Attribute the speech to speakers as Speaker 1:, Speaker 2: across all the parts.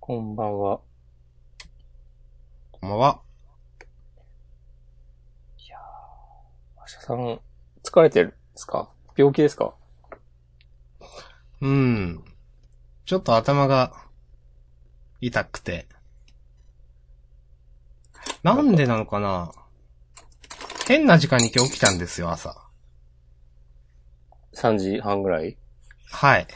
Speaker 1: こんばんは。
Speaker 2: こんばんは。
Speaker 1: いやー、明日さん、疲れてるんですか病気ですか
Speaker 2: うん。ちょっと頭が痛くて。なんでなのかな変な時間に今日起きたんですよ、朝。
Speaker 1: ?3 時半ぐらい
Speaker 2: はい。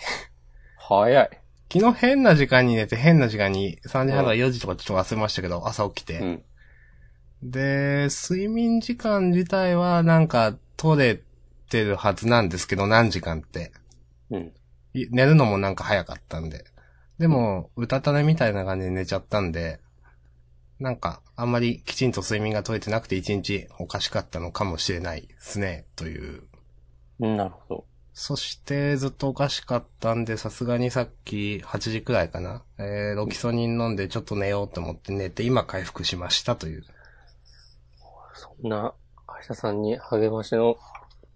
Speaker 1: 早い。
Speaker 2: 昨日変な時間に寝て変な時間に3時半から4時とかちょっと忘れましたけど、朝起きて。
Speaker 1: うん。
Speaker 2: で、睡眠時間自体はなんか取れてるはずなんですけど、何時間って。
Speaker 1: うん。
Speaker 2: い寝るのもなんか早かったんで。でも、うたた寝みたいな感じで寝ちゃったんで、なんか、あんまりきちんと睡眠が取れてなくて一日おかしかったのかもしれないですね、という。
Speaker 1: うんなるほど。
Speaker 2: そして、ずっとおかしかったんで、さすがにさっき8時くらいかな。えー、ロキソニン飲んでちょっと寝ようと思って寝て、今回復しましたという。
Speaker 1: そんな、明日さんに励ましの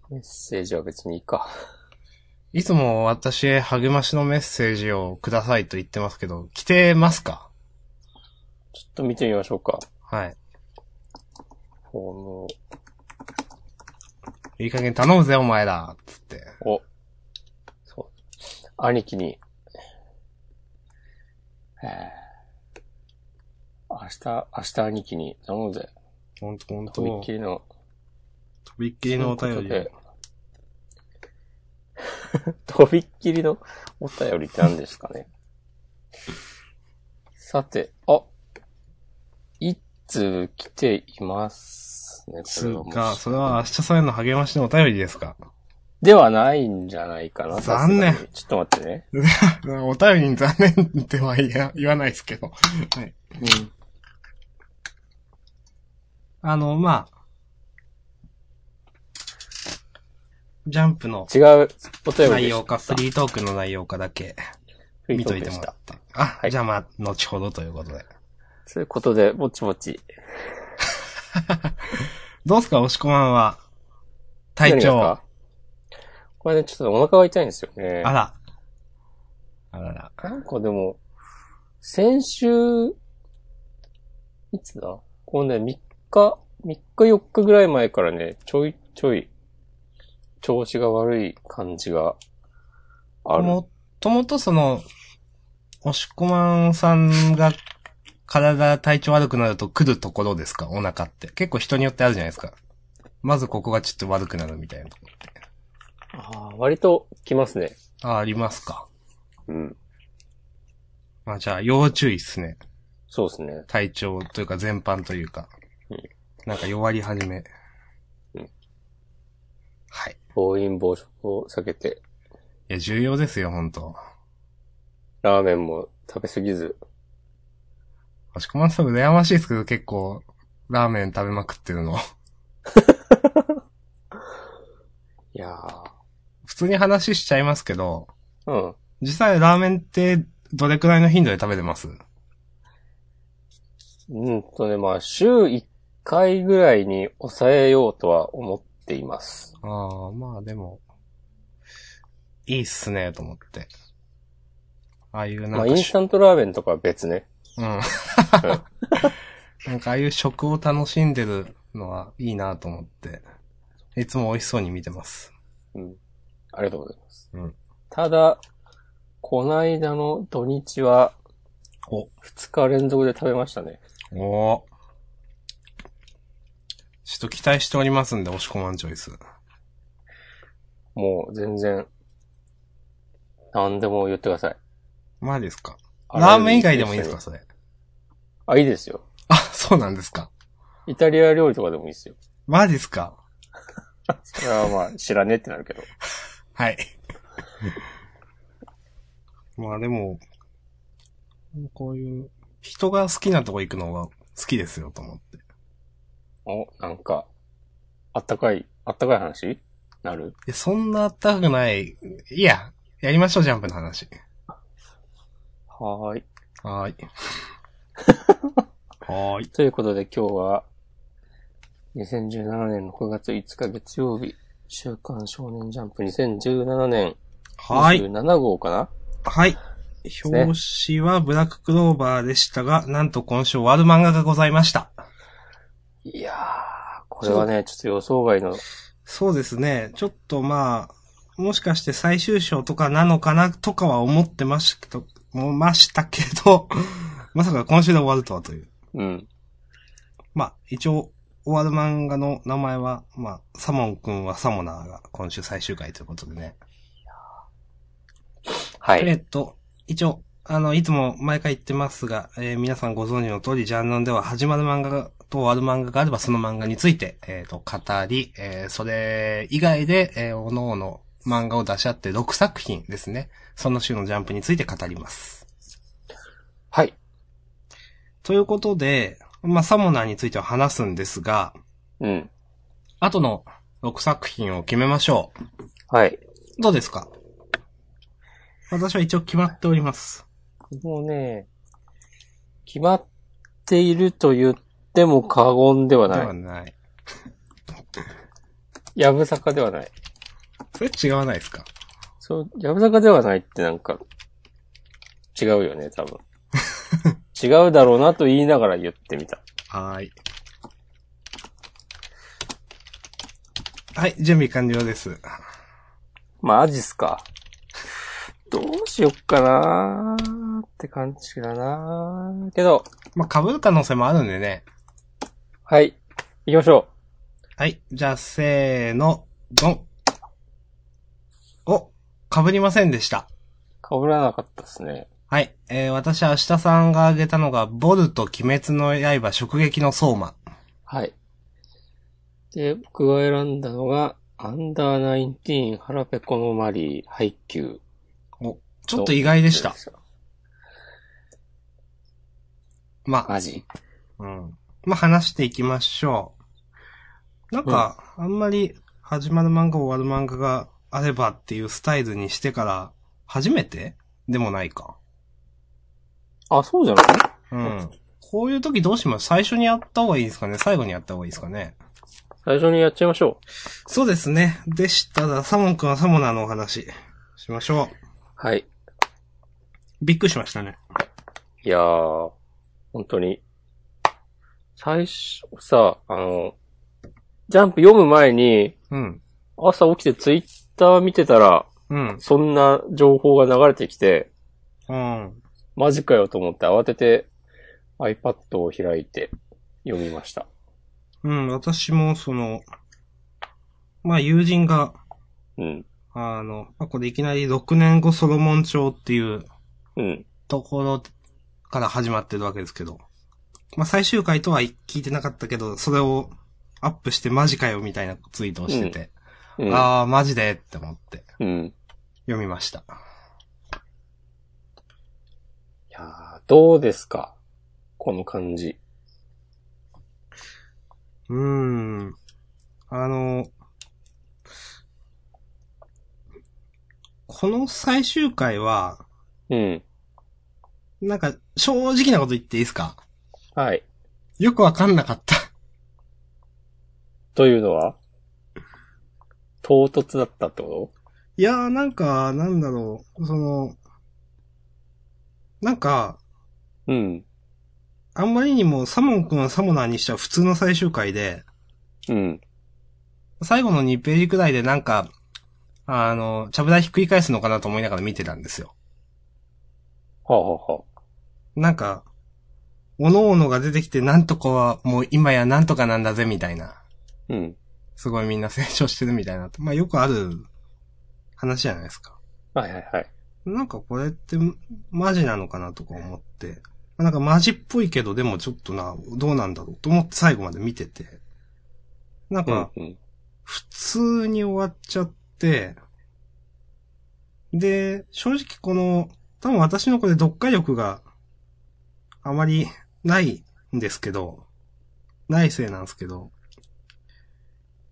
Speaker 1: メッセージは別にいいか。
Speaker 2: いつも私へ励ましのメッセージをくださいと言ってますけど、来てますか
Speaker 1: ちょっと見てみましょうか。
Speaker 2: はい。
Speaker 1: こ
Speaker 2: いい加減頼むぜ、お前らつって。
Speaker 1: の、お、そう。兄貴に、えー、明日、明日兄貴に頼むぜ。
Speaker 2: ほんとほん
Speaker 1: とびっきりの、
Speaker 2: とびっきりのお便
Speaker 1: とい
Speaker 2: り
Speaker 1: う
Speaker 2: で。
Speaker 1: ことで とびっきりのお便りって何ですか ね。さて、あ、一通来ていますね。
Speaker 2: す
Speaker 1: もう
Speaker 2: が、それは明日さんへの励ましのお便りですか
Speaker 1: ではないんじゃないかな。さすがに
Speaker 2: 残念。
Speaker 1: ちょっと待ってね。
Speaker 2: お便りに残念っては言や言わないですけど。はい。あの、まあ。ジャンプの
Speaker 1: 違うお便り
Speaker 2: 内
Speaker 1: でし
Speaker 2: 容
Speaker 1: た。
Speaker 2: か、フリートークの内容かだけ
Speaker 1: フリ
Speaker 2: 見
Speaker 1: ート
Speaker 2: と
Speaker 1: ー
Speaker 2: い
Speaker 1: ク
Speaker 2: て
Speaker 1: で
Speaker 2: も
Speaker 1: し
Speaker 2: ら
Speaker 1: た
Speaker 2: っ。た。あ、
Speaker 1: はい
Speaker 2: じゃあまあ、後ほどということで。
Speaker 1: ということで、ぼちぼち。
Speaker 2: どうすか、押し込まんは。体
Speaker 1: 何です
Speaker 2: 調。
Speaker 1: か。これね、ちょっとお腹が痛いんですよね。
Speaker 2: あら。あらら。
Speaker 1: なんかでも、先週、いつだこのね、3日、3日4日ぐらい前からね、ちょいちょい、調子が悪い感じがある。
Speaker 2: もともとその、押し込まんさんが体体調悪くなると来るところですかお腹って。結構人によってあるじゃないですか。まずここがちょっと悪くなるみたいなところって。
Speaker 1: あー割と来ますね。
Speaker 2: あ、ありますか。
Speaker 1: うん。
Speaker 2: まあじゃあ要注意っすね。
Speaker 1: そうですね。
Speaker 2: 体調というか全般というか
Speaker 1: うん。
Speaker 2: なんか弱り始め
Speaker 1: うん。
Speaker 2: はい。い
Speaker 1: 暴飲暴食を避けて、
Speaker 2: や、重要ですよ、本当
Speaker 1: ラーメンも食べ過ぎず。
Speaker 2: 押し込まんさん羨ましいですけど、結構、ラーメン食べまくってるの。
Speaker 1: いやー。
Speaker 2: 普通に話しちゃいますけど、
Speaker 1: うん。
Speaker 2: 実際ラーメンってどれくらいの頻度で食べてます
Speaker 1: うんとね、まあ、週1回ぐらいに抑えようとは思っています。
Speaker 2: ああ、まあでも、いいっすね、と思って。ああいう
Speaker 1: ま
Speaker 2: な
Speaker 1: あ、
Speaker 2: ん
Speaker 1: イ
Speaker 2: か
Speaker 1: ン
Speaker 2: し、
Speaker 1: スタントラーメンとかは別ね。
Speaker 2: うん。なんかああいう食を楽しんでるのはいいなと思って、いつも美味しそうに見てます。
Speaker 1: うん。ありがとうございます。
Speaker 2: うん
Speaker 1: ただ、こないだの土日は
Speaker 2: お、
Speaker 1: 2日連続で食べましたね。
Speaker 2: おおちょっと期待しておりますんで、押し込まんチョイス。
Speaker 1: もう全然、何でも言ってください。
Speaker 2: まあですか。
Speaker 1: あら
Speaker 2: ラ
Speaker 1: ゆ
Speaker 2: ー
Speaker 1: る
Speaker 2: メン以外でもいいですか、それ。
Speaker 1: あ、いいですよ。
Speaker 2: あ、そうなんですか。
Speaker 1: イタリア料理とかでもいいですよ。
Speaker 2: マジですか。
Speaker 1: それはまあ、知らねえってなるけど。
Speaker 2: はい。 まあでも、こういう、人が好きなとこ行くのが好きですよと思って。
Speaker 1: お、なんか、あったかい、あったかい話なる
Speaker 2: いや、そんなあったかくない。いや、やりましょう、ジャンプの話。
Speaker 1: はーい。
Speaker 2: はー い。はーい。
Speaker 1: ということで今日は、2017年6月5日月曜日、週刊少年ジャンプ2017年
Speaker 2: はーい。
Speaker 1: 27号かな、
Speaker 2: はい。
Speaker 1: ね
Speaker 2: 表紙はブラッククローバーでしたが、なんと今週終わる漫画がございました。
Speaker 1: いやー、これはね、ちょっと予想外の、
Speaker 2: そうですね。ちょっとまあ、もしかして最終章とかなのかなとかは思ってましたけど、思いましたけど、 まさか今週で終わるとはという。
Speaker 1: うん。
Speaker 2: まあ、一応、終わる漫画の名前は、まあ、サモン君はサモナーが今週最終回ということでね。
Speaker 1: はい。
Speaker 2: えっと、一応、あの、いつも毎回言ってますが、えー皆さんご存知の通り、ジャンルンでは始まる漫画がと終わる漫画があれば、その漫画について、えっ、と、語り、えーそれ以外で、えー、おのおの漫画を出し合って6作品ですね。その週のジャンプについて語ります。
Speaker 1: はい。
Speaker 2: ということで、まあ、サモナーについては話すんですが、
Speaker 1: うん。
Speaker 2: 後の6作品を決めましょう。
Speaker 1: はい。
Speaker 2: どうですか私は一応決まっております。
Speaker 1: もうね、決まっていると言っても過言では
Speaker 2: で
Speaker 1: な。
Speaker 2: はいない。
Speaker 1: やぶさかではない。
Speaker 2: それ違わないですか
Speaker 1: そう、やぶさかではないってなんか、違うよね、多 分。違うだろうなと言いながら言ってみた。
Speaker 2: はーい。はい、準備完了です。
Speaker 1: マジっすか。どうしよっかなーって感じだなーけど、
Speaker 2: まあ、被る可能性もあるんでね。
Speaker 1: はい。行きましょ
Speaker 2: はい、じゃあ、せーの、ドン。お、被りませんでした。
Speaker 1: う。被らなかったですね。
Speaker 2: はい、えー、私、明日さんが挙げたのが、ボルと鬼滅の刃、直撃の相馬。
Speaker 1: はい。で、僕が選んだのが、アンダーナインティーン、腹ペコのマリー、ハイキュー。
Speaker 2: ちょっと意外でした。。まあ、
Speaker 1: マジ。
Speaker 2: うん。まあ、話していきましょう。なんか、あんまり、始まる漫画終わる漫画があればっていうスタイルにしてから、初めてでもないか。
Speaker 1: あ、そうじゃない
Speaker 2: うん。こういう時どうします最初にやった方がいいですかね最後にやった方がいいですかね
Speaker 1: 最初にやっちゃいましょう。
Speaker 2: そうですね。でしたら、サモン君はサモナーのお話、しましょ
Speaker 1: はい。
Speaker 2: う。びっくりしましたね。
Speaker 1: いやー、本当に。最初、さ、あの、ジャンプ読む前に、
Speaker 2: うん。
Speaker 1: 朝起きてツイッター見てたら、
Speaker 2: うん。
Speaker 1: そんな情報が流れてきて、
Speaker 2: うん。
Speaker 1: マジかよと思って慌てて iPad を開いて読みました。
Speaker 2: うん、私も、その、まあ、友人が、
Speaker 1: うん。
Speaker 2: あの、まあ、これいきなり6年後ソロモン町っていう
Speaker 1: うん。
Speaker 2: ところから始まってるわけですけど。まあ、最終回とは聞いてなかったけど、それをアップしてマジかよみたいなツイートをしてて、
Speaker 1: うん。
Speaker 2: あーマジでって思って
Speaker 1: うん。い
Speaker 2: 読みました。
Speaker 1: やーどうですかこの感じ。
Speaker 2: うーん。あの、この最終回は、
Speaker 1: うん。
Speaker 2: なんか正直なこと言っていいですか
Speaker 1: はい。
Speaker 2: よくわかんなかった。
Speaker 1: というのは唐突だったってこ
Speaker 2: いやーなんか、なんだろう、その、なんか、
Speaker 1: とうん。
Speaker 2: あんまりにもサモン君はサモナーにしちゃ普通の最終回で、
Speaker 1: うん。
Speaker 2: 最後の2ページくらいでなんか、あの、ちゃぶ台ひっくり返すのかなと思いながら見てたんですよ。
Speaker 1: はあ、はあはあ、
Speaker 2: なんか、おのおのが出てきてなんとかはもう今やなんとかなんだぜみたいな。
Speaker 1: うん。
Speaker 2: すごいみんな成長してるみたいな。まあよくある話じゃないですか。
Speaker 1: はいはいはい。
Speaker 2: なんかこれってマジなのかなとか思って。なんかマジっぽいけどでもちょっとな、どうなんだろうと思って最後まで見てて。なんか、
Speaker 1: うん。うん。
Speaker 2: 普通に終わっちゃって、で、正直この、多分私のこれ読解力があまりないんですけど、ないせいなんですけど、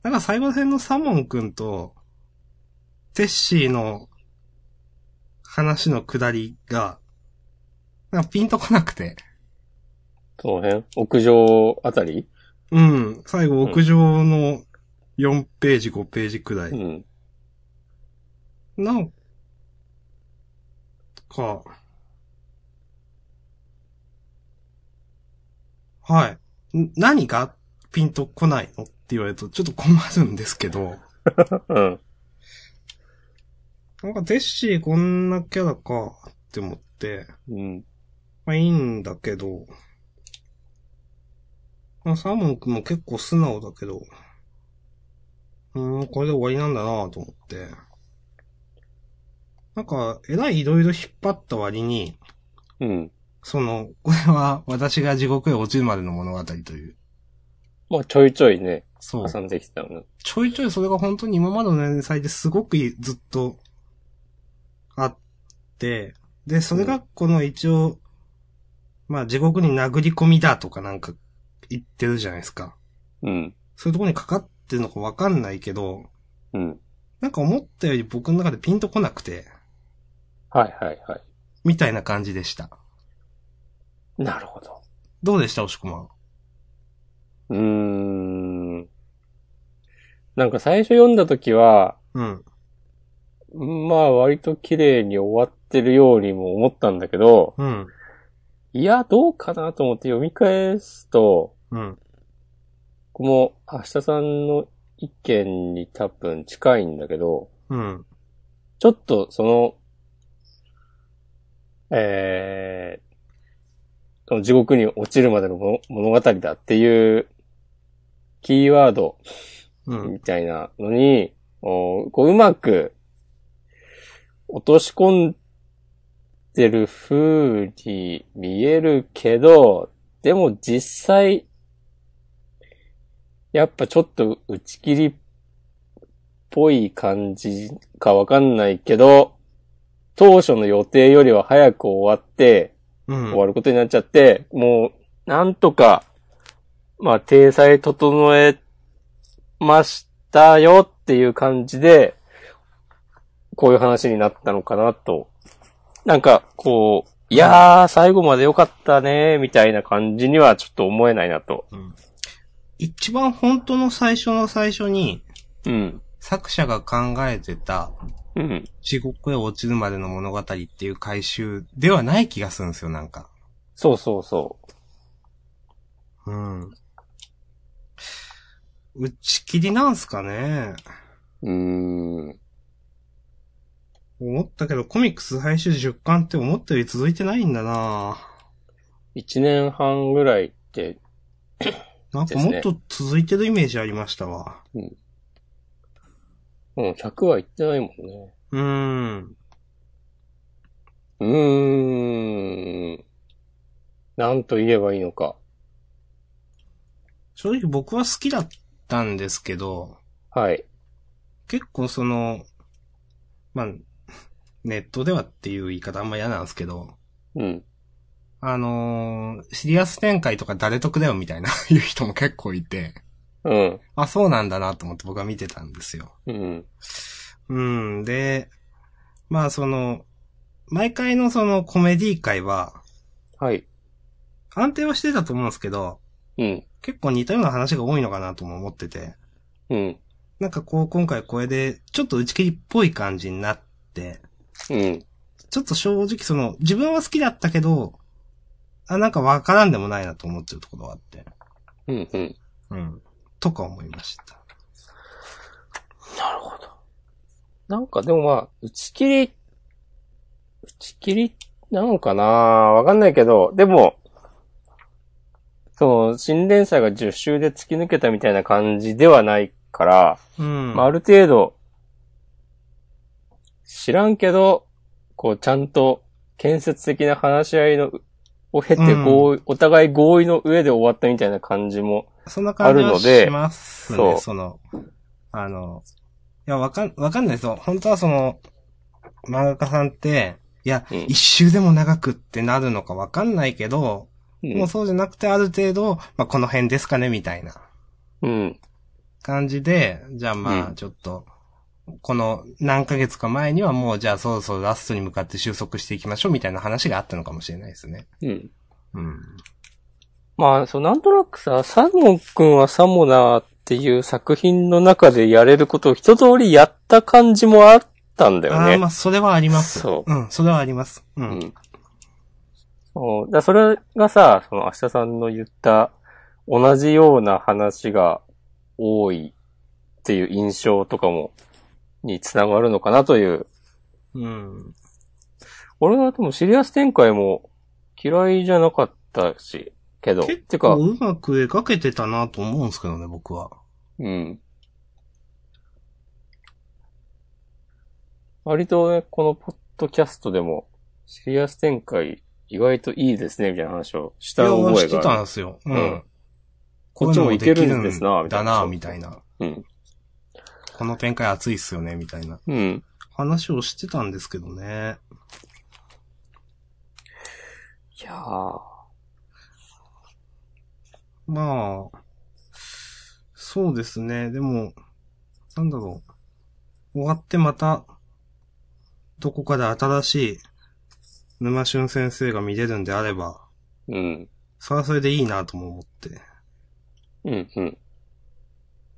Speaker 2: なんか最後ら辺のサモン君と、テッシーの話の下りが、なんかピンとこなくて、
Speaker 1: その辺屋上あたり
Speaker 2: うん、最後屋上の4ページ、5ページくらい。
Speaker 1: うん。
Speaker 2: なんか、はい。ん何がピンとこないのって言われるとちょっと困るんですけど。
Speaker 1: うん。
Speaker 2: なんかデッシーこんなキャラかって思って。
Speaker 1: うん。
Speaker 2: まあいいんだけど。まあサーモン君も結構素直だけど。うーん、これで終わりなんだなぁと思って。なんか、えらい色々引っ張った割に、
Speaker 1: うん。
Speaker 2: その、これは私が地獄へ落ちるまでの物語という。
Speaker 1: まあ、ちょいちょいね、
Speaker 2: そう。
Speaker 1: 挟んできたの。
Speaker 2: ちょいちょいそれが本当に今までの連載ですごくずっとあって、で、それがこの一応、まあ地獄に殴り込みだとかなんか言ってるじゃないですか。
Speaker 1: うん。
Speaker 2: そういうところにかかってるのかわかんないけど、
Speaker 1: うん。
Speaker 2: なんか思ったより僕の中でピンとこなくて、
Speaker 1: はいはいは
Speaker 2: みたいな感じでした。
Speaker 1: い。なるほど。
Speaker 2: どうでした、おしくまん。
Speaker 1: うーん。なんか最初読んだ時は、
Speaker 2: うん。
Speaker 1: まあ割と綺麗に終わってるようにも思ったんだけど、
Speaker 2: うん。
Speaker 1: いや、どうかなと思って読み返すと、
Speaker 2: うん。
Speaker 1: こも明日さんの意見に多分近いんだけど、
Speaker 2: うん。
Speaker 1: ちょっとその、えー、その地獄に落ちるまでの物物語だっていうキーワード
Speaker 2: うん。
Speaker 1: みたいなのに、おこううまく落とし込んでる風に見えるけど、でも実際、やっぱちょっと打ち切りっぽい感じかわかんないけど、当初の予定よりは早く終わって、
Speaker 2: うん。
Speaker 1: 終わることになっちゃって、もう、なんとか、まあ、体裁整えましたよっていう感じで、こういう話になったのかなと。なんか、こう、いやー、最後まで良かったね、みたいな感じにはちょっと思えないなと。
Speaker 2: うん一番本当の最初の最初に、
Speaker 1: うん。
Speaker 2: 作者が考えてた、
Speaker 1: うん。
Speaker 2: 地獄へ落ちるまでの物語っていう回収ではない気がするんですよ、なんか。
Speaker 1: そうそうそ
Speaker 2: うん。打ち切りなんすかね
Speaker 1: う。うーん。
Speaker 2: 思ったけど、コミックス最終10巻って思ったより続いてないんだな
Speaker 1: 一年半ぐらいって、
Speaker 2: なんかもっと続いてるイメージありましたわ。
Speaker 1: もう100はいってないもんね。
Speaker 2: うーん。
Speaker 1: うーん。なんと言えばいいのか。
Speaker 2: 正直僕は好きだったんですけど、
Speaker 1: はい。
Speaker 2: 結構その、まあ、ネットではっていう言い方あんま嫌なんですけど、
Speaker 1: うん。
Speaker 2: あのーシリアス展開とか誰得だよみたいな 言う人も結構いて、
Speaker 1: うん。
Speaker 2: あ、そうなんだなと思って僕は見てたんですよ。
Speaker 1: うん。
Speaker 2: うん、で、まあその、毎回のそのコメディ会は、
Speaker 1: はい。
Speaker 2: 安定はしてたと思うんですけど、
Speaker 1: うん。
Speaker 2: 結構似たような話が多いのかなとも思ってて、
Speaker 1: うん。
Speaker 2: なんかこう今回これで、ちょっと打ち切りっぽい感じになって、
Speaker 1: うん。
Speaker 2: ちょっと正直その、自分は好きだったけど、あ、なんかわからんでもないなと思っちゃうところがあって、
Speaker 1: うん。うん。
Speaker 2: うん、とか思いました。
Speaker 1: なるほど。なんかでもまあ、打ち切り、打ち切りなのかなわかんないけど、でも、その、新連載が10周で突き抜けたみたいな感じではないから、
Speaker 2: うん。
Speaker 1: まあ、ある程度、知らんけど、こう、ちゃんと建設的な話し合いの、を経て合意、お互い合意の上で終わったみたいな感じも、
Speaker 2: そんな感じはしますね。
Speaker 1: あるのでそう
Speaker 2: その、あの、いや、わかん、わかんないですよ。本当はその、漫画家さんって、いや、
Speaker 1: うん
Speaker 2: 一周でも長くってなるのかわかんないけど、
Speaker 1: うん
Speaker 2: もうそうじゃなくてある程度、まあ、この辺ですかね、みたいな
Speaker 1: うん。
Speaker 2: 感じで、じゃあま
Speaker 1: う
Speaker 2: あ、
Speaker 1: ん
Speaker 2: ちょっと、この何ヶ月か前にはもう、じゃあそろそろラストに向かって収束していきましょう、みたいな話があったのかもしれないですね。
Speaker 1: うん。
Speaker 2: うん。
Speaker 1: まあ、そう、なんとなくさ、サモン君はサモナーっていう作品の中でやれることを一通りやった感じもあったんだよ
Speaker 2: ああ、
Speaker 1: ね。
Speaker 2: まあ、それはあります。
Speaker 1: そう
Speaker 2: うん、それはあります。うん。
Speaker 1: うん。そうだそれがさ、その明日さんの言った同じような話が多いっていう印象とかも、につながるのかなという。
Speaker 2: うん。
Speaker 1: 俺はでもシリアス展開も嫌いじゃなかったし、けど。て
Speaker 2: 結
Speaker 1: か
Speaker 2: 構、うまく描けてたなと思うんですけどね、僕は。
Speaker 1: うん。割とね、このポッドキャストでも、シリアス展開意外といいですね、みたいな話をし
Speaker 2: い
Speaker 1: た
Speaker 2: や、
Speaker 1: 覚えがある。
Speaker 2: してたんですよ。う
Speaker 1: うん
Speaker 2: ん。
Speaker 1: こっちもいけるんですな
Speaker 2: こういうのもできるんだな、みたいな。
Speaker 1: うん。
Speaker 2: この展開熱いっすよね、みたいな
Speaker 1: うん。
Speaker 2: 話をしてたんですけどね。
Speaker 1: いやー
Speaker 2: まあ、そうですね。でも、なんだろう。終わってまた、どこかで新しい沼俊先生が見れるんであれば、
Speaker 1: うん。
Speaker 2: それはそれでいいなとも思って。
Speaker 1: うん、うん。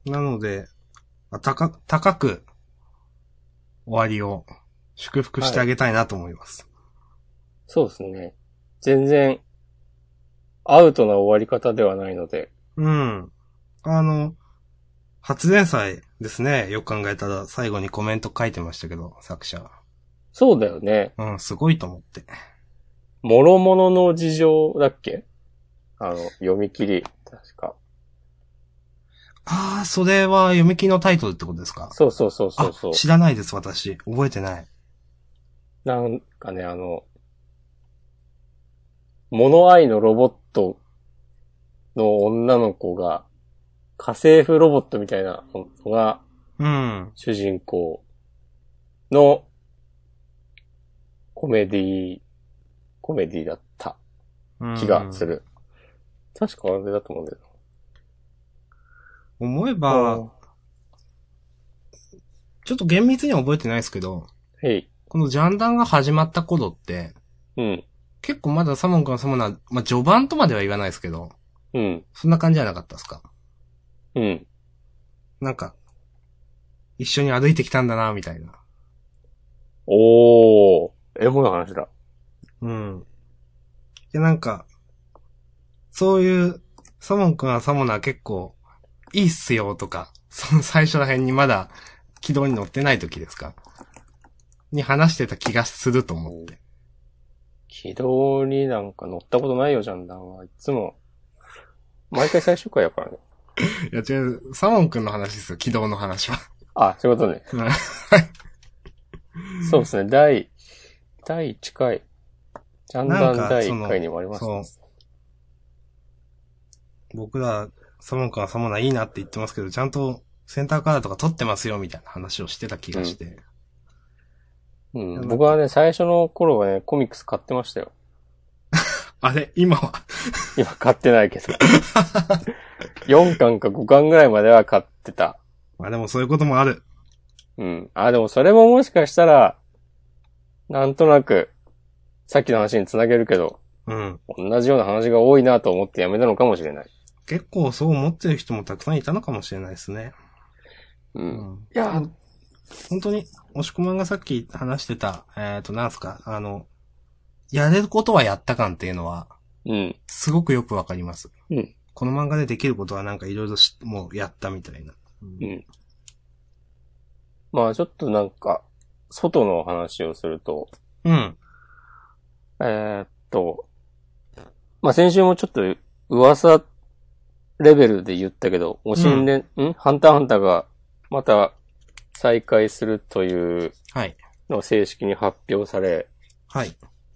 Speaker 2: なので、あ高、高く、終わりを、祝福してあげたいなと思います。
Speaker 1: そうですね。全然、アウトな終わり方ではないので。
Speaker 2: うん。あの、発電祭ですね。よく考えたら最後にコメント書いてましたけど、作者。
Speaker 1: そうだよね。
Speaker 2: うん、すごいと思って。
Speaker 1: 諸々の事情だっけあの、読み切り、確か。
Speaker 2: ああ、それは読み切りのタイトルってことですか
Speaker 1: そうそうそうそうそう
Speaker 2: あ、。知らないです、私。覚えてない。
Speaker 1: なんかね、あの、物愛のロボットの女の子が、家政婦ロボットみたいなのが
Speaker 2: うん。
Speaker 1: 主人公のコメディコメディだった
Speaker 2: うん
Speaker 1: 気がす。る。確かあれだと思うんだけど。
Speaker 2: 思えば、ちょっと厳密には覚えてないですけど、
Speaker 1: へい。
Speaker 2: このジャンダンが始まった頃って、
Speaker 1: うん。
Speaker 2: 結構まだサモン君はサモナー、まあ、序盤とまでは言わないですけど、
Speaker 1: うん。
Speaker 2: そんな感じじゃなかったですか
Speaker 1: うん。
Speaker 2: なんか、一緒に歩いてきたんだな、みたいな。
Speaker 1: おー。エモな話だ。
Speaker 2: うん。で、なんか、そういう、サモン君はサモナー結構、いいっすよとか、その最初ら辺にまだ、軌道に乗ってない時ですかに話してた気がすると思って。
Speaker 1: 軌道になんか乗ったことないよ、ジャンダンは。いつも。毎回最終回やからね。
Speaker 2: いや、違う、サモン君の話ですよ、軌道の話は。
Speaker 1: あ、そういう ことね。そうですね。第、第1回。ジャンダン
Speaker 2: なんか
Speaker 1: 第
Speaker 2: そ
Speaker 1: 1
Speaker 2: の
Speaker 1: 回にもありましたね。
Speaker 2: 僕ら、サモン君はサモナーいいなって言ってますけど、ちゃんとセンターカラーとか撮ってますよ、みたいな話をしてた気がして。
Speaker 1: うん
Speaker 2: なん、か
Speaker 1: 僕はね、最初の頃はね、コミックス買ってましたよ。
Speaker 2: あれ今は
Speaker 1: 今買ってないけど。4巻か5巻ぐらいまでは買ってた。
Speaker 2: まあでもそういうこともある。
Speaker 1: うん。あ、でもそれももしかしたら、なんとなく、さっきの話につなげるけど、
Speaker 2: うん。
Speaker 1: 同じような話が多いなと思ってやめたのかもしれない。
Speaker 2: 結構そう思ってる人もたくさんいたのかもしれないですね。
Speaker 1: う。
Speaker 2: うんん。
Speaker 1: いやー、
Speaker 2: 本当に、押し込まんがさっき話してた、えっ、と、なんすか、あの、やれることはやった感っていうのは、
Speaker 1: うん。
Speaker 2: すごくよくわかります。
Speaker 1: うん
Speaker 2: この漫画でできることはなんかいろいろしもうやったみたいな。
Speaker 1: うんまあちょっとなんか、外の話をすると、
Speaker 2: うん。
Speaker 1: えーっと、まあ、先週もちょっと噂レベルで言ったけど、おしんれん、んハンターハンターがまた再開するという
Speaker 2: はい。
Speaker 1: のを正式に発表され、
Speaker 2: はい。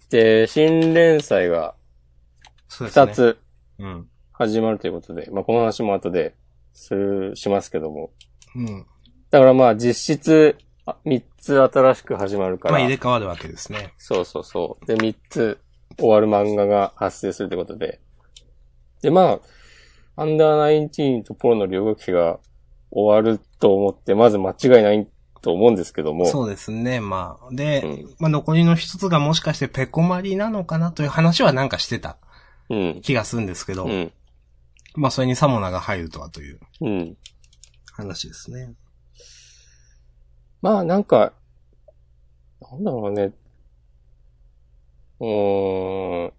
Speaker 1: で、新連載が
Speaker 2: そうですね。
Speaker 1: 2。つ
Speaker 2: うん。
Speaker 1: 始まるということで、まあ、この話も後でする、しますけども。
Speaker 2: うん。
Speaker 1: だからまあ実質3つ新しく始まるか
Speaker 2: まあ
Speaker 1: ら
Speaker 2: 入れ、替わるわけですね。
Speaker 1: そうそうそう。で、3つ終わる漫画が発生するってことで。で、まあ、アンダーナインティーンとポロの両学期が終わると思って、まず間違いないと思うんですけども。
Speaker 2: そうですね、まあ。で、
Speaker 1: うん
Speaker 2: まあ残りの一つがもしかしてペコマリなのかなという話はなんかしてた
Speaker 1: うん。
Speaker 2: 気がするんですけど、
Speaker 1: うん。
Speaker 2: まあそれにサモナが入るとはという
Speaker 1: うん。
Speaker 2: 話ですね。
Speaker 1: まあ、なんか、なんだろうね。うーん。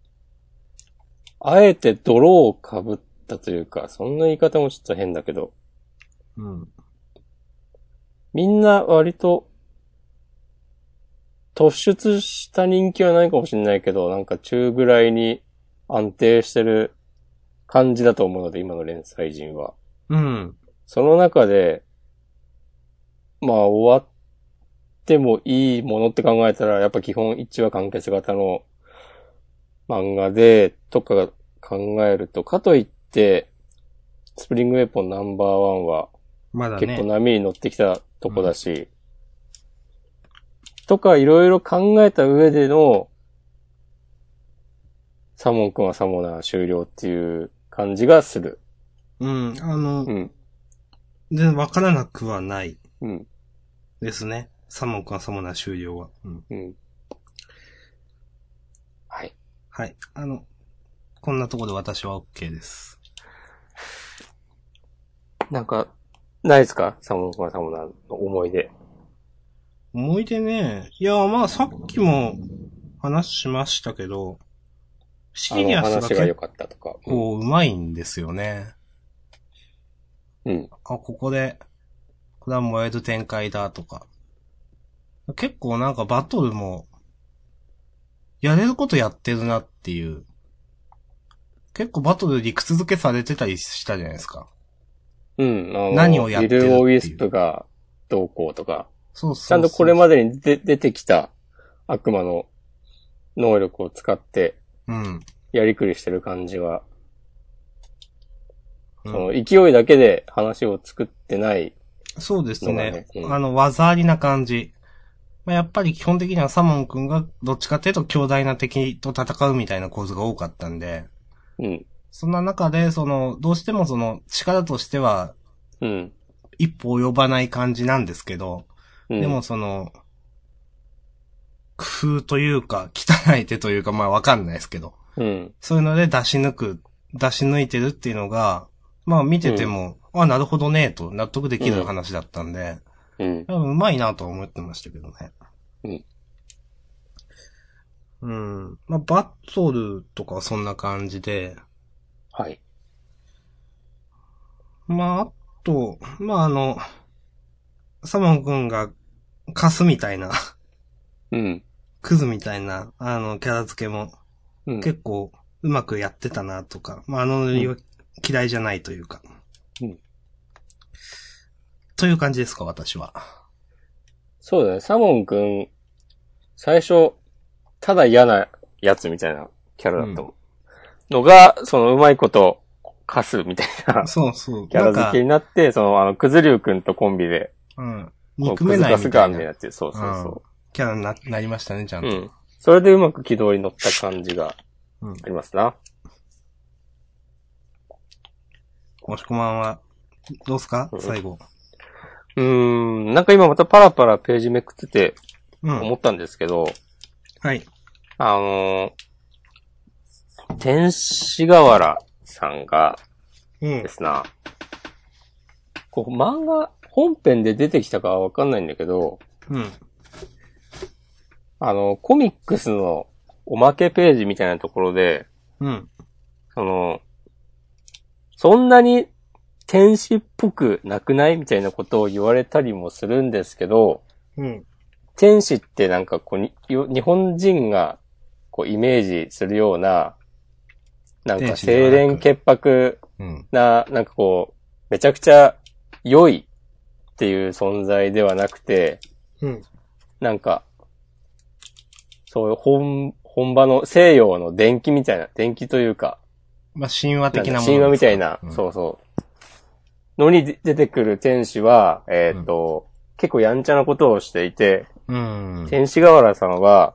Speaker 1: あえて泥をかぶったというか、そんな言い方もちょっと変だけど、
Speaker 2: うん。
Speaker 1: みんな割と、突出した人気はないかもしれないけど、なんか中ぐらいに安定してる感じだと思うので、今の連載人は。
Speaker 2: うん。
Speaker 1: その中で、まあ終わってもいいものって考えたら、やっぱ基本1話完結型の漫画で、とか考えると、かといって、スプリングウェポンナンバーワンは、
Speaker 2: まだね。
Speaker 1: 結構波に乗ってきたとこだし、とかいろいろ考えた上での、サモン君はサモナー終了っていう感じがする。
Speaker 2: うん。あの、
Speaker 1: うん。
Speaker 2: 全然わからなくはない
Speaker 1: うん。
Speaker 2: ですね。サモン君はサモナー終了は。うん。
Speaker 1: うん。はい。
Speaker 2: はい。あの、こんなところで私は OK です。
Speaker 1: なんか、ないですかサモン君はサモナーの思い出。
Speaker 2: 思い出ね。いや、まあさっきも話しましたけど、シ
Speaker 1: あ
Speaker 2: リ
Speaker 1: の
Speaker 2: アスが
Speaker 1: 話が良
Speaker 2: 結
Speaker 1: かったとか。うん
Speaker 2: 構うまいんですよね。
Speaker 1: うん。
Speaker 2: あ、ここで、これは燃える展開だとか。結構なんかバトルも、やれることやってるなっていう。結構バトル陸続けされてたりしたじゃないですか。
Speaker 1: うん。あの
Speaker 2: 何をやって
Speaker 1: ビ
Speaker 2: るっていう
Speaker 1: ル・オーウィスプがどうこうとか。
Speaker 2: そうそうそう
Speaker 1: ちゃんとこれまでに出出てきた悪魔の能力を使って
Speaker 2: うん。
Speaker 1: やりくりしてる感じは、
Speaker 2: うん
Speaker 1: その勢いだけで話を作ってない。
Speaker 2: そうですね。
Speaker 1: のがねうん
Speaker 2: あの、技ありな感じ。まあ、やっぱり基本的にはサモン君がどっちかっていうと強大な敵と戦うみたいな構図が多かったんで、
Speaker 1: うん。
Speaker 2: そんな中で、その、どうしてもその、力としては
Speaker 1: うん。
Speaker 2: 一歩及ばない感じなんですけど、
Speaker 1: うん、
Speaker 2: でも、その、工夫というか、汚い手というか、まあわかんないですけど、
Speaker 1: うん。
Speaker 2: そういうので出し抜く、出し抜いてるっていうのが、まあ見てても、あ、なるほどね、と納得できる話だったんで、
Speaker 1: うん。
Speaker 2: 多分うまいなとは思ってましたけどね。
Speaker 1: うん。
Speaker 2: うん。まあ、バトルとかはそんな感じで、
Speaker 1: はい。
Speaker 2: まあ、あと、まあ、あの、サモン君が、カスみたいな、
Speaker 1: うん。
Speaker 2: クズみたいな、あの、キャラ付けも、
Speaker 1: うん。
Speaker 2: 結構、うまくやってたなとか、まあ、あのノリは嫌いじゃないというか。
Speaker 1: うん。
Speaker 2: という感じですか、私は。
Speaker 1: そうだね。サモン君、最初、ただ嫌なやつみたいなキャラだったもん。のが、そのうまいこと、貸すみたいな
Speaker 2: そうそう。
Speaker 1: キャラ
Speaker 2: なん
Speaker 1: 付
Speaker 2: か
Speaker 1: けになって、その、あの、くずりゅうくんとコンビで、
Speaker 2: うん。
Speaker 1: こう
Speaker 2: 憎めない
Speaker 1: くず
Speaker 2: み
Speaker 1: かすが
Speaker 2: たい
Speaker 1: みたい
Speaker 2: な
Speaker 1: なっていう、そうそうそう。
Speaker 2: キャラにななりましたね、ちゃんと。
Speaker 1: うん。それでうまく軌道に乗った感じが
Speaker 2: うん
Speaker 1: ありますな。
Speaker 2: もしこまんは、どうすか
Speaker 1: うん
Speaker 2: 最後。
Speaker 1: うーん、なんか今またパラパラページめくってて
Speaker 2: う
Speaker 1: 思
Speaker 2: ん。
Speaker 1: ったんですけど、
Speaker 2: はい。
Speaker 1: あのー天使河原さんが
Speaker 2: うん
Speaker 1: で。すな、こう漫画本編で出てきたかはわかんないんだけど、
Speaker 2: うん。
Speaker 1: あの、コミックスのおまけページみたいなところで、
Speaker 2: うん。
Speaker 1: その、そんなに天使っぽくなくないみたいなことを言われたりもするんですけど、
Speaker 2: うん。
Speaker 1: 天使ってなんかこうに、よ日本人がこうイメージするような、なんか
Speaker 2: 天使では
Speaker 1: 清
Speaker 2: なく
Speaker 1: 廉潔白
Speaker 2: うん。
Speaker 1: な、なんかこう、めちゃくちゃ良いっていう存在ではなくて、
Speaker 2: うん。
Speaker 1: なんか、そういう本、本場の西洋の電気みたいな、電気というか、
Speaker 2: まあ、神話的なもの。
Speaker 1: 神話みたいな、
Speaker 2: う
Speaker 1: そうそう。のにで出てくる天使は、えっ、と、結構やんちゃなことをしていて、
Speaker 2: ん。うん。
Speaker 1: 天使河原さんは、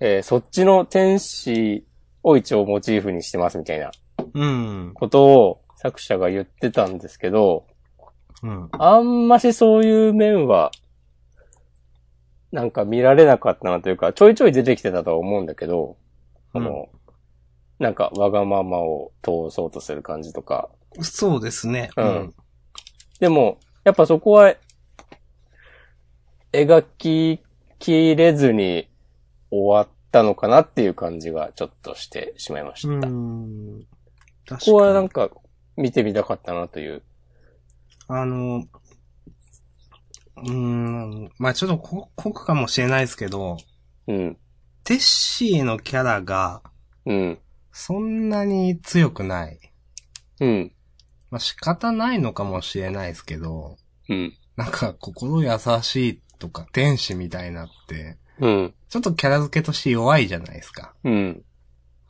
Speaker 1: えーそっちの天使を一応モチーフにしてますみたいな
Speaker 2: うん。
Speaker 1: ことを作者が言ってたんですけど、
Speaker 2: うん。
Speaker 1: あんましそういう面は、なんか見られなかったなというか、ちょいちょい出てきてたとは思うんだけど、その、なんかわがままを通そうとする感じとか、
Speaker 2: そうですね。
Speaker 1: うん。でも、やっぱそこは、描ききれずに終わったのかなっていう感じがちょっとしてしまいました。
Speaker 2: う
Speaker 1: こ
Speaker 2: ん。確
Speaker 1: こはなん
Speaker 2: か
Speaker 1: か見てみたかったなという。
Speaker 2: に。あの、うーん、まあちょっとこ濃くかもしれないですけど、
Speaker 1: うん。
Speaker 2: テッシーのキャラが
Speaker 1: うん。
Speaker 2: そんなに強くない。
Speaker 1: うん。
Speaker 2: まあ仕方ないのかもしれないですけど、
Speaker 1: うん。
Speaker 2: なんか心優しいとか天使みたいなって、
Speaker 1: うん。
Speaker 2: ちょっとキャラ付けとして弱いじゃないですか。
Speaker 1: うん。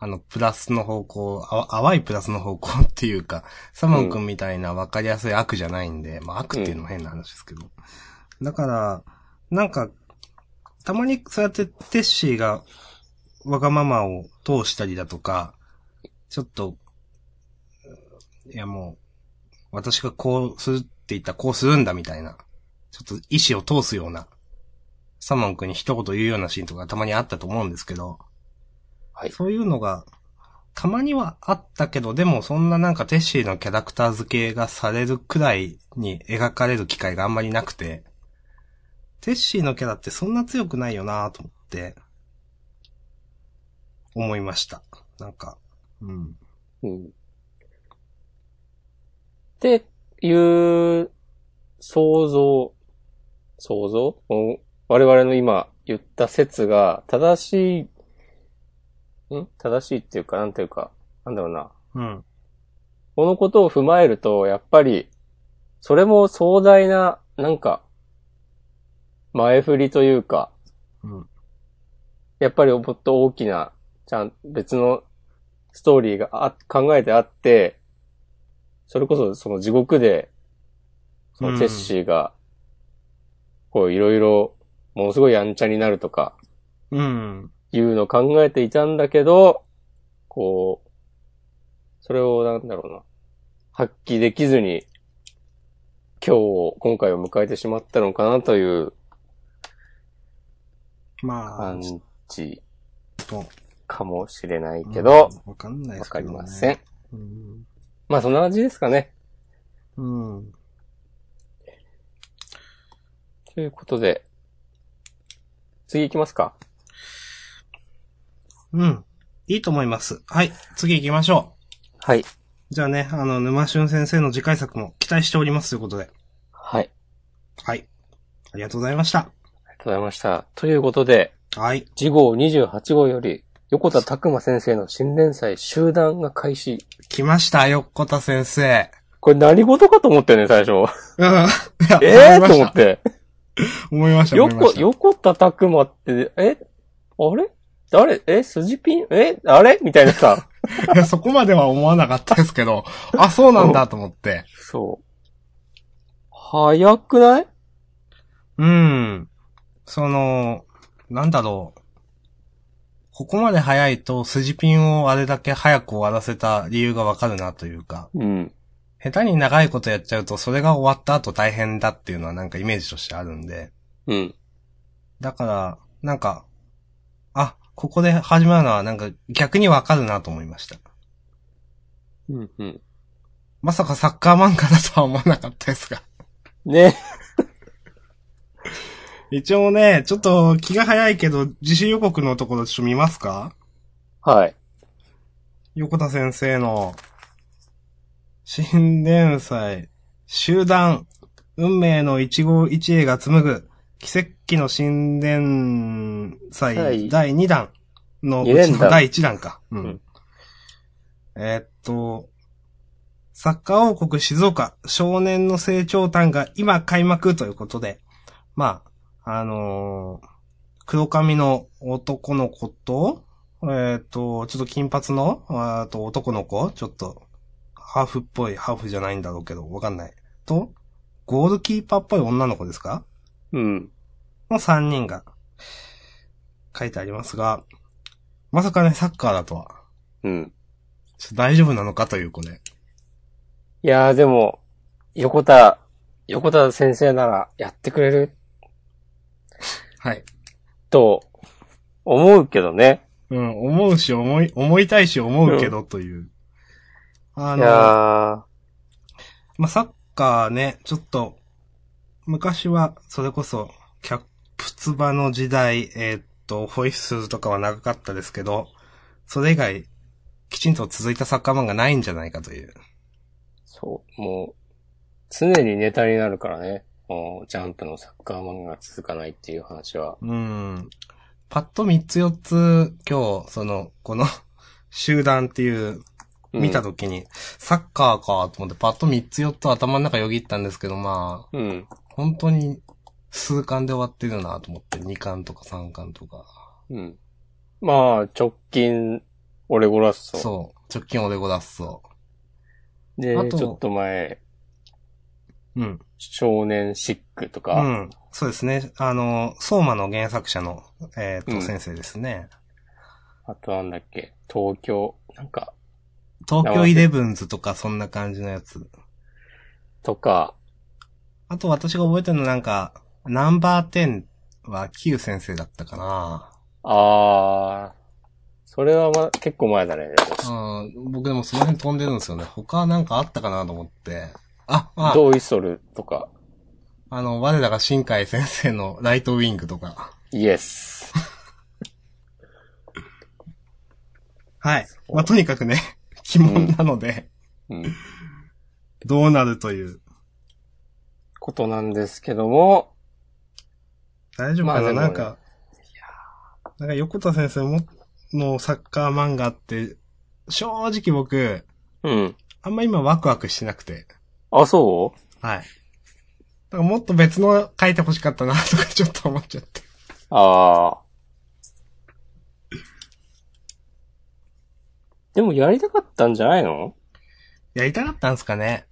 Speaker 2: あの、プラスの方向、あ淡いプラスの方向っていうか、サモン君みたいな分かりやすい悪じゃないんで、まあ悪っていうのも変な話ですけど。だから、なんか、たまにそうやってテッシーがわがままを通したりだとか、ちょっと、いやもう、私がこうするって言ったらこうするんだみたいな、ちょっと意思を通すような、サモン君に一言言うようなシーンとかたまにあったと思うんですけど、
Speaker 1: はい。
Speaker 2: そういうのが、たまにはあったけど、でもそんななんかテッシーのキャラクター付けがされるくらいに描かれる機会があんまりなくて、テッシーのキャラってそんな強くないよなと思って、思いました。なんか、うん。
Speaker 1: うん。っていう想像、想像うん我々の今言った説が正しい、ん正しいっていうか、なんていうか、なんだろうな。
Speaker 2: うん。
Speaker 1: このことを踏まえると、やっぱり、それも壮大な、なんか、前振りというか、
Speaker 2: うん。
Speaker 1: やっぱりもっと大きな、ちゃん、別のストーリーがあ考えてあって、それこそその地獄で、そのテッシーが、こういろいろ、ものすごいやんちゃになるとか、
Speaker 2: うん。
Speaker 1: いうのを考えていたんだけど、こう、それをなんだろうな、発揮できずに、今日を、今回を迎えてしまったのかなという
Speaker 2: まあ、
Speaker 1: 感
Speaker 2: ちょっ
Speaker 1: じ
Speaker 2: と。
Speaker 1: かもしれないけど、わ、
Speaker 2: うんわかんないです
Speaker 1: か
Speaker 2: け
Speaker 1: り
Speaker 2: どね
Speaker 1: ません。。
Speaker 2: うん。
Speaker 1: まあそんな感じですかね。
Speaker 2: うん。
Speaker 1: ということで、次行きますか。
Speaker 2: うん。いいと思います。はい。次行きましょう。
Speaker 1: はい。
Speaker 2: じゃあね、あの、沼俊先生の次回作も期待しておりますということで。
Speaker 1: はい。
Speaker 2: はい。ありがとうございました。
Speaker 1: ありがとうございました。ということで、
Speaker 2: はい。
Speaker 1: 次号28号より、横田拓馬先生の新連載集団が開始。
Speaker 2: 来ました、横田先生。
Speaker 1: これ何事かと思ってね、最初。
Speaker 2: うん。
Speaker 1: ええ
Speaker 2: え
Speaker 1: と思っ。て。
Speaker 2: 思いました、思いま
Speaker 1: 横
Speaker 2: し、た。
Speaker 1: 横田拓馬って、えあれ誰え筋ピンえあれみたいなさ。
Speaker 2: いやそこまでは思わなかったですけど、あ、そうなんだと思って。
Speaker 1: そう。早くない
Speaker 2: うん。その、なんだろう。ここまで早いと、筋ピンをあれだけ早く終わらせた理由がわかるなというか、
Speaker 1: うん。
Speaker 2: 下手に長いことやっちゃうと、それが終わった後大変だっていうのはなんかイメージとしてあるんで、
Speaker 1: うん。
Speaker 2: だから、なんか、あ、ここで始まるのはなんか逆にわかるなと思いました。
Speaker 1: うん。うん。
Speaker 2: まさかサッカー漫画だとは思わなかったですが。
Speaker 1: ね。
Speaker 2: 一応ね、ちょっと気が早いけど、自主予告のところちょっと見ますか
Speaker 1: はい。
Speaker 2: 横田先生の、新連載、集団、運命の一号一会が紡ぐ、奇跡の新連
Speaker 1: はい
Speaker 2: 載第2弾のう
Speaker 1: 二連
Speaker 2: ち
Speaker 1: 弾
Speaker 2: の第1弾か。うん
Speaker 1: うん
Speaker 2: えーっと、サッカー王国静岡少年の成長譚が今開幕ということで、まあ、あのー黒髪の男の子と、えーっ、と、ちょっと金髪の、あーと男の子、ちょっと、ハーフっぽい、ハーフじゃないんだろうけど、わかんない。と、ゴールキーパーっぽい女の子ですか
Speaker 1: うん。
Speaker 2: の3人が、書いてありますが、まさかね、サッカーだとは。
Speaker 1: うん。
Speaker 2: ちょっと大丈夫なのかという、これ。
Speaker 1: いやーでも、横田、横田先生ならやってくれる
Speaker 2: はい。
Speaker 1: と思うけどね。
Speaker 2: うん、思うし、思い、思いたいし、思うけど、という。あ
Speaker 1: いや
Speaker 2: まあ、サッカーね、ちょっと、昔は、それこそ、キャップツバの時代、えーっと、ホイッスルとかは長かったですけど、それ以外、きちんと続いたサッカーマンがないんじゃないかという。
Speaker 1: そう、もう、常にネタになるからね。もう、ジャンプのサッカー漫画が続かないっていう話は。
Speaker 2: うん。パッと3つ4つ、今日、その、この、 集団っていう、
Speaker 1: うん
Speaker 2: 見たときに、サッカーかと思って、パッと3つ4つ頭の中よぎったんですけど、まあ、
Speaker 1: うん。
Speaker 2: 本当に、数巻で終わってるなと思って、2巻とか3巻とか。
Speaker 1: うん。まあ、直近、オレゴラッソ。
Speaker 2: そう。直近オレゴラッソ。
Speaker 1: で、
Speaker 2: あと
Speaker 1: ちょっと前、
Speaker 2: うん。
Speaker 1: 少年シックと
Speaker 2: う
Speaker 1: か、
Speaker 2: ん。そうですね。あの、相馬の原作者の、えっ、と、
Speaker 1: うん
Speaker 2: 先生ですね。
Speaker 1: あとなんだっけ、東京、なんか、
Speaker 2: 東京イレブンズとかそんな感じのやつ。
Speaker 1: とか、
Speaker 2: あと私が覚えてるのなんか、ナンバー10はキウ先生だったかな。
Speaker 1: あー、それはまだ結構前だね。でも
Speaker 2: うん、僕でもその辺飛んでるんですよね。他なんかあったかなと思って。あ、あ、
Speaker 1: ドイソルとか、
Speaker 2: あの、我らが新海先生のライトウィングとか。
Speaker 1: イエス。
Speaker 2: はい。まあ、とにかくね、 鬼門なので、
Speaker 1: うん。
Speaker 2: どうなるという。
Speaker 1: ことなんですけども、
Speaker 2: 大丈夫かな、
Speaker 1: まあでも
Speaker 2: なんか、なんか横田先生も、のサッカー漫画って、正直僕、
Speaker 1: うん。
Speaker 2: あんま今ワクワクしてなくて。
Speaker 1: あ、そう
Speaker 2: はい。だからもっと別の書いて欲しかったな、とかちょっと思っちゃって。
Speaker 1: ああ。でもやりたかったんじゃないの
Speaker 2: やりたかったんすかね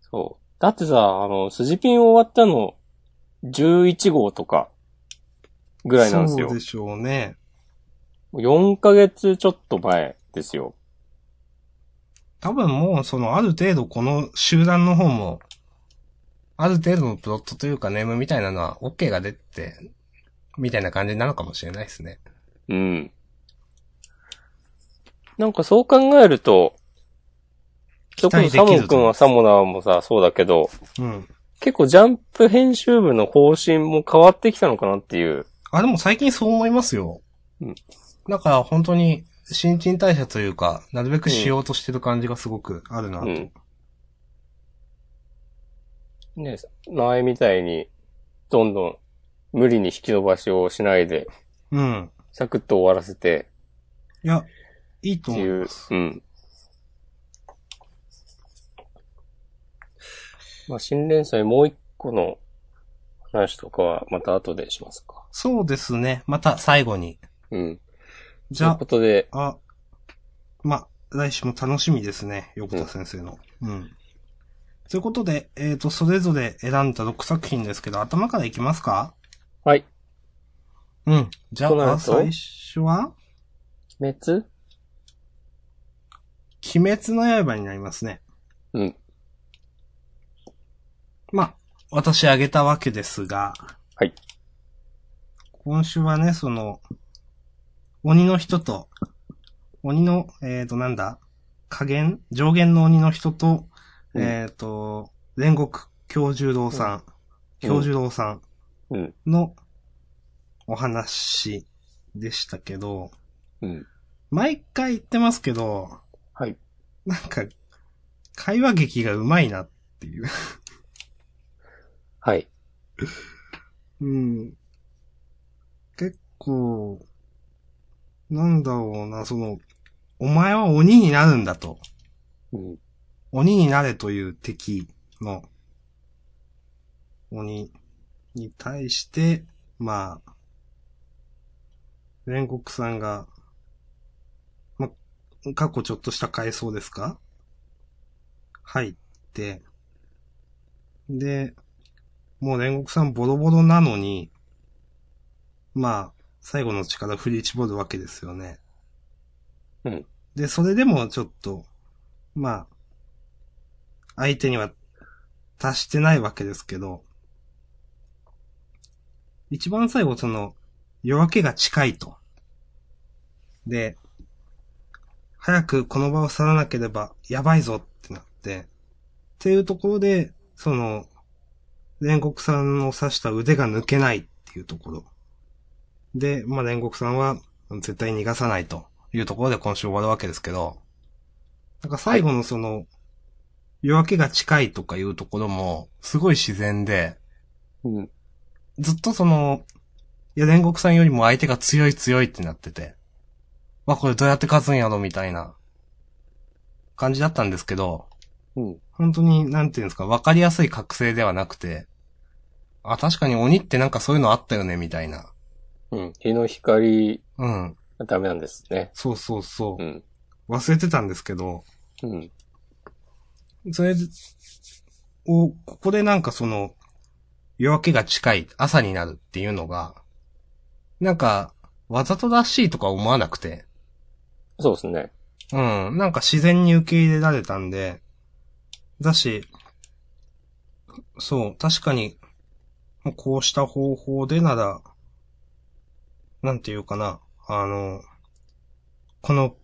Speaker 1: そう。だってさ、あの、スジピン終わったの、11号とか、ぐらいなんですよ
Speaker 2: そう。でしょうね。
Speaker 1: 4ヶ月ちょっと前ですよ。
Speaker 2: 多分もう、その、ある程度この集団の方も、ある程度のプロットというかネームみたいなのは OK が出て、みたいな感じなのかもしれないですね。
Speaker 1: うん。なんかそう考えると、それこ
Speaker 2: 待
Speaker 1: そ
Speaker 2: でき
Speaker 1: サモン
Speaker 2: ると
Speaker 1: 君はサモナーもさ、そうだけど、
Speaker 2: うん。
Speaker 1: 結構ジャンプ編集部の方針も変わってきたのかなっていう。
Speaker 2: あ、でも最近そう思いますよ。
Speaker 1: うん。
Speaker 2: だから本当に、新陳代謝というか、なるべくしようとしてる感じがすごくあるなと。
Speaker 1: うん。ね前みたいに、どんどん無理に引き伸ばしをしないで、
Speaker 2: うん。
Speaker 1: サクッと終わらせて
Speaker 2: いや、いいと
Speaker 1: って
Speaker 2: 思。
Speaker 1: いうう。うん。まあ、新連載もう一個の話とかはまた後でしますか。
Speaker 2: そうですね。また最後に。
Speaker 1: うん。
Speaker 2: じゃ
Speaker 1: ということで、
Speaker 2: あ、あ、ま、来週も楽しみですね。横田先生の。うん。ということで、えっ、と、それぞれ選んだ6作品ですけど、頭からいきますか
Speaker 1: はい。
Speaker 2: うん。じゃ
Speaker 1: となる
Speaker 2: あ、
Speaker 1: と
Speaker 2: 最初は、
Speaker 1: 鬼滅
Speaker 2: 鬼滅の刃になりますね。
Speaker 1: うん。
Speaker 2: まあ、私あげたわけですが。
Speaker 1: はい。
Speaker 2: 今週はね、その、鬼の人と、鬼の、えっ、ー、と、なんだ、下限上限の鬼の人と、
Speaker 1: うん
Speaker 2: えっ、ー、と、煉獄教十郎さん、
Speaker 1: うん
Speaker 2: 教十郎さ
Speaker 1: うん。
Speaker 2: んのお話でしたけど、
Speaker 1: うん。
Speaker 2: 毎回言ってますけど、
Speaker 1: はい。
Speaker 2: なんか、会話劇がうまいなっていう。
Speaker 1: はい。
Speaker 2: うん。結構、なんだろうな、その、お前は鬼になるんだと。
Speaker 1: うん。
Speaker 2: 鬼になれという敵の鬼に対して、まあ、煉獄さんが、ま、過去ちょっとした回想ですか入って、で、もう煉獄さんボロボロなのに、まあ、最後の力振り絞るわけですよね。
Speaker 1: うん。
Speaker 2: で、それでもちょっと、まあ、相手には達してないわけですけど、一番最後その、夜明けが近いと。で、早くこの場を去らなければやばいぞってなって、っていうところで、その、煉獄さんを刺した腕が抜けないっていうところ。で、まあ、煉獄さんは、絶対逃がさないというところで今週終わるわけですけど、なんか最後のその、夜明けが近いとかいうところも、すごい自然で、
Speaker 1: うん。
Speaker 2: ずっとその、いや、煉獄さんよりも相手が強い強いってなってて、まあこれどうやって勝つんやろみたいな感じだったんですけど、
Speaker 1: うん。
Speaker 2: 本当に、なんていうんですか、わかりやすい覚醒ではなくて、あ、確かに鬼ってなんかそういうのあったよね、みたいな。
Speaker 1: うん。日の光、
Speaker 2: うん。
Speaker 1: ダメなんですね。
Speaker 2: そうそうそうう。
Speaker 1: ん。
Speaker 2: 忘れてたんですけど、
Speaker 1: うん。
Speaker 2: それを、ここでなんかその、夜明けが近い、朝になるっていうのが、なんか、わざとらしいとか思わなくて、
Speaker 1: そうですね。
Speaker 2: うん、なんか自然に受け入れられたんで、だし、そう、確かに、もうこうした方法でなら、なんていうかな、あの、この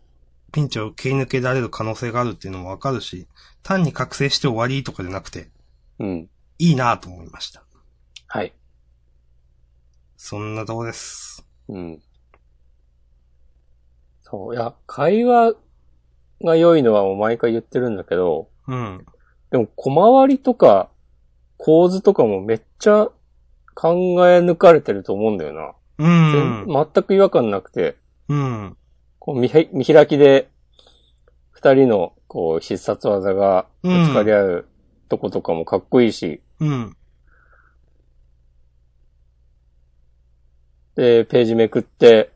Speaker 2: ピンチを切り抜けられる可能性があるっていうのもわかるし、単に覚醒して終わりとかじゃなくて、
Speaker 1: うん。
Speaker 2: いいなと思いました。
Speaker 1: はい。
Speaker 2: そんなとこです。
Speaker 1: うん。そう。いや、会話が良いのはもう毎回言ってるんだけど、
Speaker 2: うん。
Speaker 1: でも小回りとか構図とかもめっちゃ考え抜かれてると思うんだよな。
Speaker 2: うん。
Speaker 1: 全く違和感なくて、
Speaker 2: うん。
Speaker 1: こう見へ見開きで二人のこう必殺技がぶつかり合うとことかもかっこいいし、
Speaker 2: うん。
Speaker 1: で、ページめくって、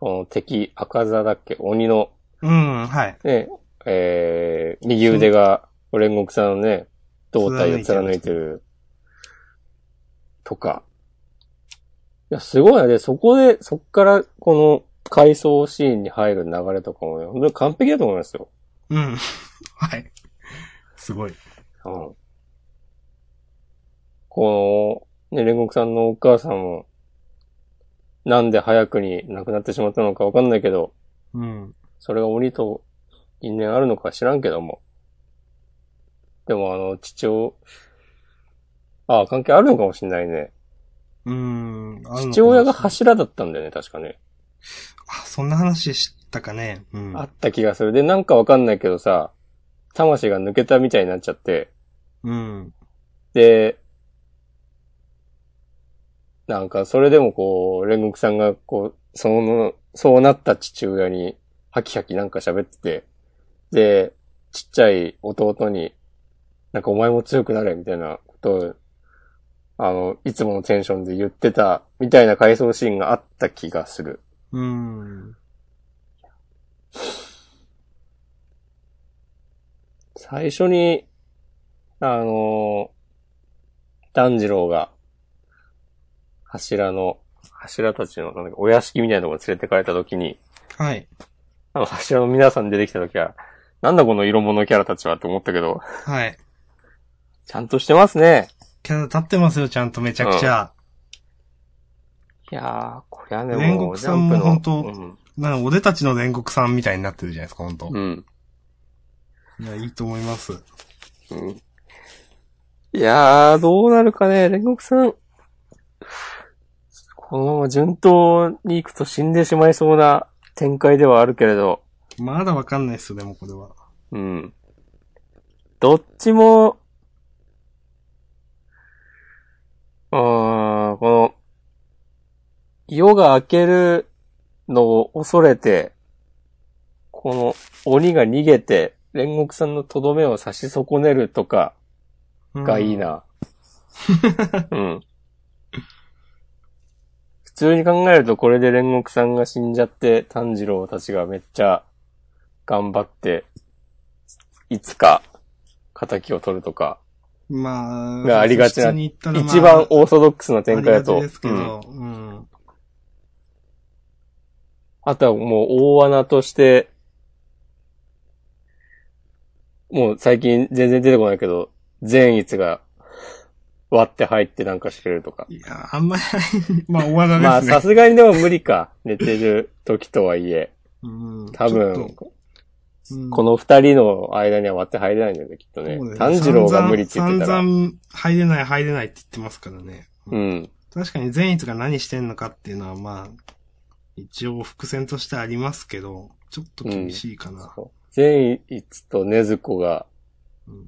Speaker 1: この敵、赤座だっけ鬼の
Speaker 2: うん。はい。
Speaker 1: ね、えー、右腕が、煉獄さんのね、胴体を貫いてる。とか。いや、すごいよね。そこで、そっから、この、回想シーンに入る流れとかもね、本当に完璧だと思いますよ。
Speaker 2: うん。 はい。すごい。
Speaker 1: うん。この、ね、煉獄さんのお母さんも、なんで早くに亡くなってしまったのかわかんないけど、
Speaker 2: うん。
Speaker 1: それが鬼と因縁あるのか知らんけども。でもあの、父親、ああ、関係あるのかもしんないね。
Speaker 2: うーん。あるのかな
Speaker 1: 父親が柱だったんだよね、確かね。
Speaker 2: あ、そんな話したかね。うん。
Speaker 1: あった気がする。で、なんかわかんないけどさ、魂が抜けたみたいになっちゃって、
Speaker 2: うん。
Speaker 1: で、なんか、それでもこう、煉獄さんが、こう、その、そうなった父親に、ハキハキなんか喋ってて、で、ちっちゃい弟に、なんかお前も強くなれ、みたいなことを、あの、いつものテンションで言ってた、みたいな回想シーンがあった気がする。
Speaker 2: うん。
Speaker 1: 最初に、あのー、炭治郎が、柱の、柱たちの、なんだっけお屋敷みたいなところに連れてかれたときに、
Speaker 2: はい。
Speaker 1: あの、柱の皆さん出てきたときは、なんだこの色物キャラたちはって思ったけど、
Speaker 2: はい。
Speaker 1: ちゃんとしてますね。
Speaker 2: キャラ立ってますよ、ちゃんとめちゃくちゃ。
Speaker 1: いやー、これはね、
Speaker 2: 煉
Speaker 1: もう、
Speaker 2: 獄
Speaker 1: ジ
Speaker 2: さ
Speaker 1: ャ
Speaker 2: ん
Speaker 1: ンプ
Speaker 2: も
Speaker 1: の。
Speaker 2: 本当なんか俺たちの煉獄さんみたいになってるじゃないですか、本当、
Speaker 1: うん。
Speaker 2: いや、いいと思います。
Speaker 1: うん。うんいやー、どうなるかね、煉獄さん。このまま順当に行くと死んでしまいそうな展開ではあるけれど、
Speaker 2: まだわかんないっすよ、でもこれは。
Speaker 1: うん。どっちも、うーん、この、夜が明けるのを恐れて、この鬼が逃げて、煉獄さんのとどめを刺し損ねるとか
Speaker 2: うん
Speaker 1: がいい。な。うん。 普通に考えるとこれで煉獄さんが死んじゃって、炭治郎たちがめっちゃ頑張って、いつか仇を取るとか、
Speaker 2: まあ、
Speaker 1: がありがちな
Speaker 2: 普通に言ったらまあ
Speaker 1: 一番オーソドックスな展開だ
Speaker 2: あ
Speaker 1: と
Speaker 2: りがちです、け
Speaker 1: うん
Speaker 2: ど、うん。
Speaker 1: あとはもう大穴として、もう最近全然出てこないけど、善逸が割って入ってなんかしてるとか。
Speaker 2: いや、あんまり、 まあ、大技
Speaker 1: まあ
Speaker 2: ですね。
Speaker 1: さすがにでも無理か。寝てる時とはいえ。
Speaker 2: うん。
Speaker 1: 多
Speaker 2: ちょっ
Speaker 1: 分、
Speaker 2: と
Speaker 1: こ
Speaker 2: うん
Speaker 1: の二人の間には割って入れないんだよね、きっとね
Speaker 2: そうだよ。ね
Speaker 1: 炭治郎が無理って言ってたら。
Speaker 2: 散々、散々入れない入れないって言ってますからね。
Speaker 1: うん。
Speaker 2: 確かに善逸が何してんのかっていうのはまあ、一応伏線としてありますけど、ちょっと厳しいかな。
Speaker 1: そう善逸と禰豆子が
Speaker 2: うん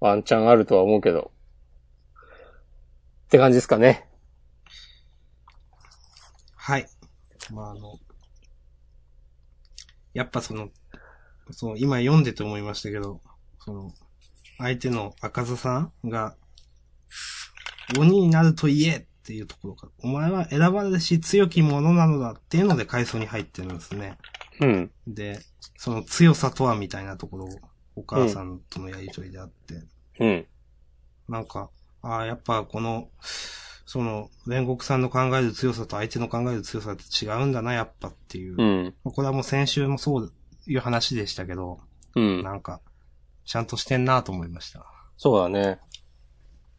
Speaker 1: ワンチャンあるとは思うけど。って感じですかね。
Speaker 2: はい。まああの、やっぱその、そう、今読んでて思いましたけど、その、相手の赤座さんが、鬼になると言えっていうところから、お前は選ばれし強き者なのだっていうので階層に入ってるんですね。
Speaker 1: うん。
Speaker 2: で、その強さとはみたいなところを、お母さんとのやりとりであって、
Speaker 1: うん。
Speaker 2: なんか、ああ、やっぱこの、その、煉獄さんの考える強さと相手の考える強さって違うんだな、やっぱっていう。
Speaker 1: うん。
Speaker 2: これはもう先週もそういう話でしたけど、
Speaker 1: うん。
Speaker 2: なんか、ちゃんとしてんなと思いました。
Speaker 1: そうだね。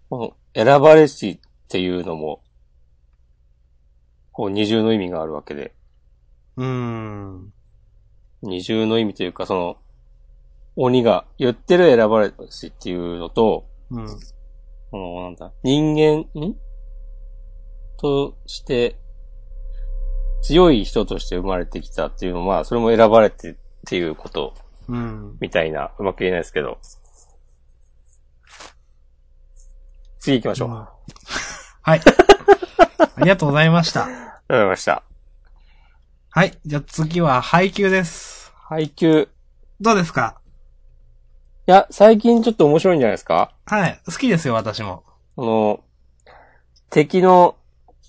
Speaker 1: この、選ばれしっていうのも、こう二重の意味があるわけで。
Speaker 2: うーん。
Speaker 1: 二重の意味というか、その、鬼が言ってる選ばれしっていうのと、
Speaker 2: うん。
Speaker 1: この、なんだ、人間、んとして、強い人として生まれてきたっていうのは、それも選ばれてっていうこと
Speaker 2: うん。
Speaker 1: みたいな、うまく言えないですけど。次行きましょう。
Speaker 2: う
Speaker 1: あり
Speaker 2: ん はい。ありがとうございまし
Speaker 1: が
Speaker 2: た。
Speaker 1: とうございました。
Speaker 2: はい。じゃあ次は配給です。
Speaker 1: 配給。
Speaker 2: どうですか
Speaker 1: いや、最近ちょっと面白いんじゃないですか
Speaker 2: はい。好きですよ、私も。
Speaker 1: この、敵の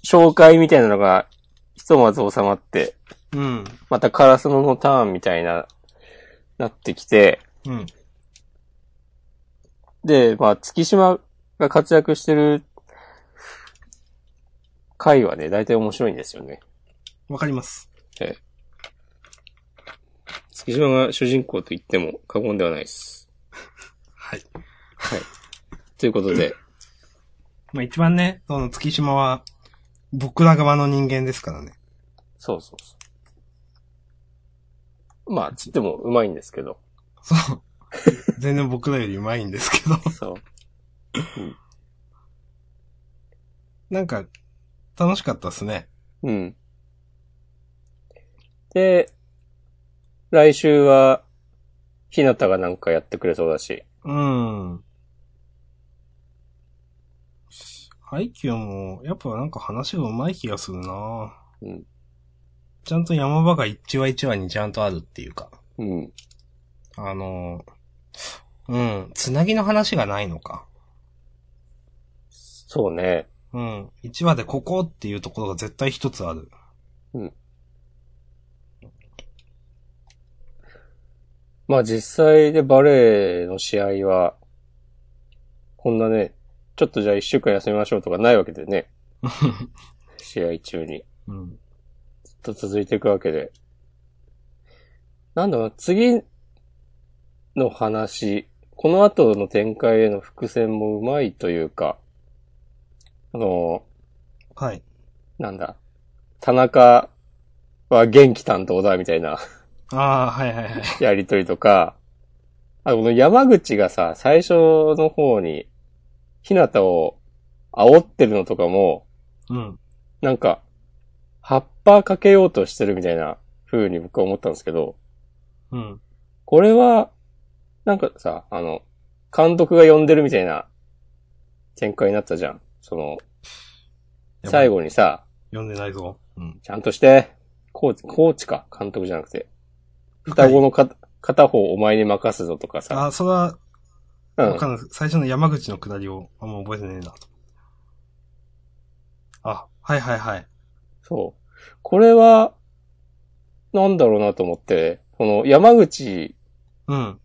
Speaker 1: 紹介みたいなのが、ひとまず収まって、
Speaker 2: うん。
Speaker 1: またカラスノのターンみたいな、なってきて、
Speaker 2: うん。
Speaker 1: で、まあ、月島が活躍してる回はね、大体面白いんですよね。
Speaker 2: わかります。
Speaker 1: 月島が主人公と言っても過言ではないです。
Speaker 2: はい。
Speaker 1: ということで、
Speaker 2: まあ一番ね、その月島は、僕ら側の人間ですからね。
Speaker 1: そうそうそう。まあ、つってもうまいんですけど。
Speaker 2: そう。全然僕らより上手いんですけど。
Speaker 1: そう。
Speaker 2: なんか、楽しかったですね。
Speaker 1: うん。で、来週は、ひなたがなんかやってくれそうだし。
Speaker 2: うん。ハイキューも、やっぱなんか話が上手い気がするな
Speaker 1: うん。
Speaker 2: ちゃんと山場が一話一話にちゃんとあるっていうか。
Speaker 1: うん。
Speaker 2: あのー、うん。つなぎの話がないのか。
Speaker 1: そうね。
Speaker 2: うん。一話でここっていうところが絶対一つある。
Speaker 1: まあ実際でバレーの試合は、こんなね、ちょっとじゃあ一週間休みましょうとかないわけでね、試合中に。
Speaker 2: うん。
Speaker 1: ずっと続いていくわけで。なんだろうな、次の話、この後の展開への伏線もうまいというか、あの、
Speaker 2: はい。
Speaker 1: なんだ、田中は元気担当だみたいな
Speaker 2: ああ、はいはいはい。
Speaker 1: やりとりとか、あこの山口がさ、最初の方に、ひなたを煽ってるのとかも、
Speaker 2: うん。
Speaker 1: なんか、葉っぱかけようとしてるみたいな風に僕は思ったんですけど、
Speaker 2: うん。
Speaker 1: これは、なんかさ、あの、監督が呼んでるみたいな展開になったじゃん。その、最後にさ、
Speaker 2: 読んでないぞ。うん。
Speaker 1: ちゃんとして、コーチ、コーチか、監督じゃなくて。双子のか、片方お前に任すぞとかさ。
Speaker 2: あ、それは、
Speaker 1: う
Speaker 2: わ
Speaker 1: ん
Speaker 2: か。んない。最初の山口の下りを、あんま覚えてねえなと。あ、はいはいはい。
Speaker 1: そう。これは、なんだろうなと思って、この山口
Speaker 2: うん。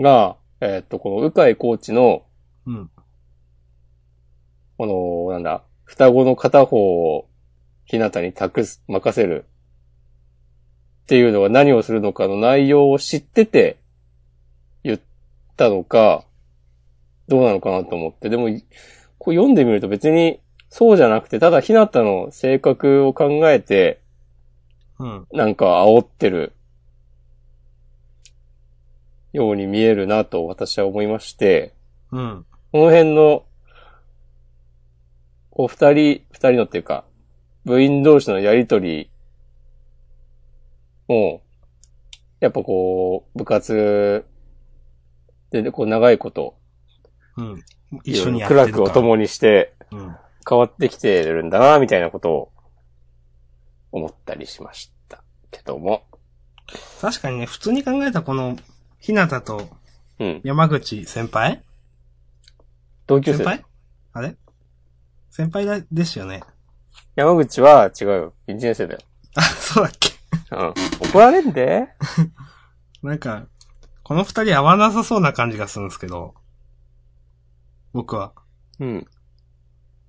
Speaker 1: が、えーっと、この鵜飼コーチの、
Speaker 2: うん。
Speaker 1: この、なんだ、双子の片方を、ひなたに託す、任せる。っていうのが何をするのかの内容を知ってて、言ったのか、どうなのかなと思って。でも、いこう読んでみると別に、そうじゃなくて、ただひなたの性格を考えて、
Speaker 2: うん。
Speaker 1: なんか煽ってる、ように見えるなと私は思いまして、
Speaker 2: うん。
Speaker 1: この辺の、ここう二人、二人のっていうか、部員同士のやりとりも、やっぱこう、部活でねこう長いこと、
Speaker 2: うん。
Speaker 1: い
Speaker 2: 一緒
Speaker 1: ろ
Speaker 2: に
Speaker 1: いろ
Speaker 2: やっ
Speaker 1: 苦
Speaker 2: てるから。
Speaker 1: 楽を共にして
Speaker 2: うん。
Speaker 1: 変わってきてるんだな、みたいなことを思ったりしましたけども。
Speaker 2: 確かにね、普通に考えたこの、ひなたと
Speaker 1: うん。
Speaker 2: 山口先輩
Speaker 1: 同級
Speaker 2: 先
Speaker 1: 生。
Speaker 2: 輩あれ先輩だですよね。
Speaker 1: 山口は違うよ。1年生だよ。
Speaker 2: あ、そうだっけ
Speaker 1: うん。怒られんで。
Speaker 2: なんか、この二人合わなさそうな感じがするんですけど、僕は。
Speaker 1: うん。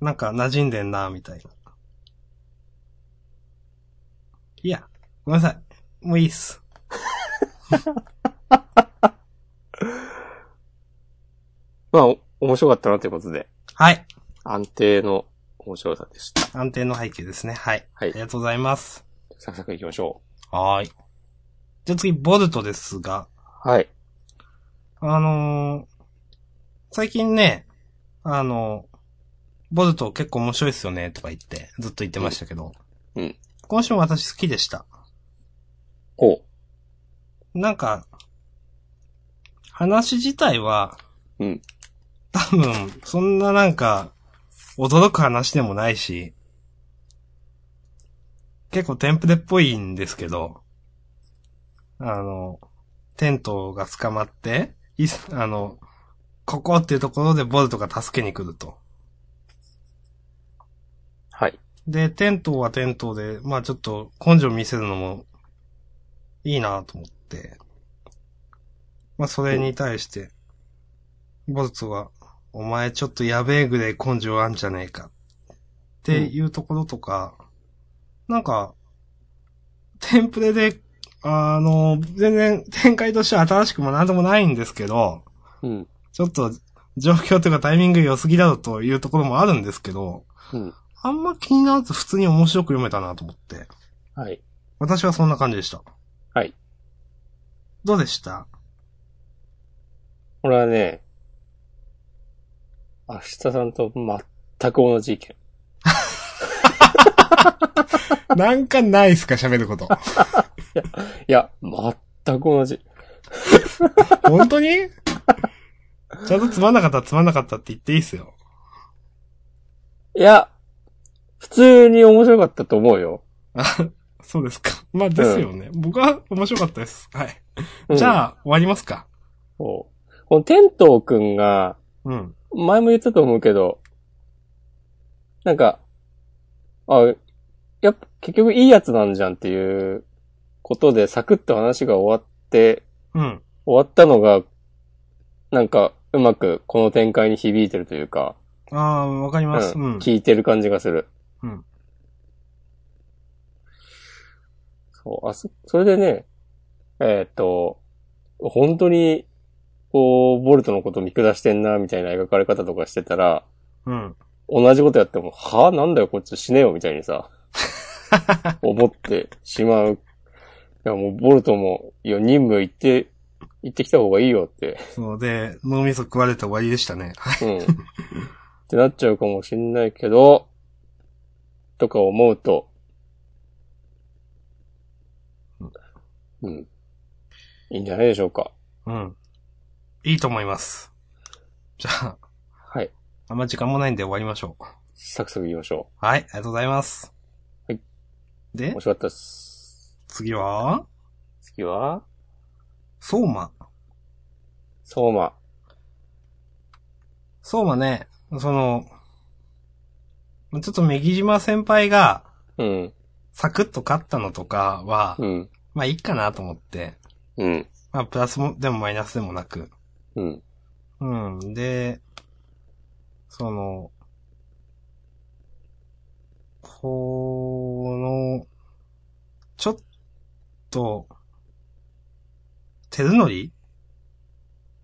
Speaker 2: なんか馴染んでんな、みたいな。いや、ごめんなさい。もういいっす。
Speaker 1: まあ、お面白かったなということで、
Speaker 2: はい。
Speaker 1: 安定の面白さでした。
Speaker 2: 安定の背景ですね。はい。
Speaker 1: は
Speaker 2: あ
Speaker 1: い
Speaker 2: り。がとうございます。
Speaker 1: サクサクいきましょ
Speaker 2: はーい。じゃあ次、ボルトですが、
Speaker 1: う。はい。
Speaker 2: あのー最近ね、あのーボルト結構面白いっすよね、とか言って、ずっと言ってましたけど。
Speaker 1: うんうん
Speaker 2: 今週も私好きでした。
Speaker 1: こ
Speaker 2: なんか、話自体は、
Speaker 1: う。うん。
Speaker 2: 多分、そんななんか、驚く話でもないし、結構テンプレっぽいんですけど、あの、テントが捕まって、いすあの、ここっていうところでボルトが助けに来ると。
Speaker 1: はい。
Speaker 2: で、テントはテントで、まあちょっと根性見せるのもいいなと思って、まあそれに対して、ボルトは、お前ちょっとやべえぐらい根性あんじゃねえか。っていうところとか、なんか、テンプレで、あの、全然展開としては新しくもなんともないんですけど、
Speaker 1: うん。
Speaker 2: ちょっと状況というかタイミング良すぎだろうというところもあるんですけど、
Speaker 1: うん。
Speaker 2: あんま気にならず普通に面白く読めたなと思って。
Speaker 1: はい。
Speaker 2: 私はそんな感じでした。
Speaker 1: はい。
Speaker 2: どうでした
Speaker 1: これはね、明日さんと全く同じ意見。
Speaker 2: なんかないっすか喋ること。
Speaker 1: いや、全く同じ。
Speaker 2: 本当にちゃんとつまんなかったらつまんなかったって言っていいっすよ。
Speaker 1: いや、普通に面白かったと思うよ。
Speaker 2: そうですか。まあですよね。僕は面白かったです。はい。
Speaker 1: うん
Speaker 2: じゃあ、終わりますか。
Speaker 1: そう。この天東くんが、
Speaker 2: うん。
Speaker 1: 前も言ったと思うけど、なんか、あ、やっぱ結局いいやつなんじゃんっていうことでサクッと話が終わって、
Speaker 2: うん。
Speaker 1: 終わったのが、なんかうまくこの展開に響いてるというか、
Speaker 2: ああ、わかります。
Speaker 1: う
Speaker 2: うんん。
Speaker 1: 聞いてる感じがする。
Speaker 2: うん
Speaker 1: そう、あそ、それでね、えーっと、本当に、こう、ボルトのこと見下してんな、みたいな描かれ方とかしてたら、
Speaker 2: うん。
Speaker 1: 同じことやっても、はぁなんだよ、こっち死ねよ、みたいにさ、 思ってしまう。いや、もう、ボルトも、いや、任務行って、行ってきた方がいいよ って、
Speaker 2: そうで、脳みそ食われて終わりでしたね。はい。
Speaker 1: うん。ってなっちゃうかもしんないけど、とか思うと、うん。いいんじゃないでしょうか。
Speaker 2: うん。いいと思います。じゃあ、
Speaker 1: はい。
Speaker 2: あんま時間もないんで終わりましょう。
Speaker 1: サクサク言きましょ
Speaker 2: はい、ありがとうございます。
Speaker 1: はい。う。
Speaker 2: で
Speaker 1: 面、白かったっす。
Speaker 2: 次は、
Speaker 1: 次は、
Speaker 2: 相馬。
Speaker 1: 相馬。
Speaker 2: 相馬ね、その、ちょっと右島先輩が、
Speaker 1: うん。
Speaker 2: サクッと勝ったのとかは、
Speaker 1: うん。
Speaker 2: まあいいかなと思って、
Speaker 1: うん。
Speaker 2: まあプラスも、でもマイナスでもなく、
Speaker 1: うん。
Speaker 2: うん、で、その、この、ちょっと、手ずのり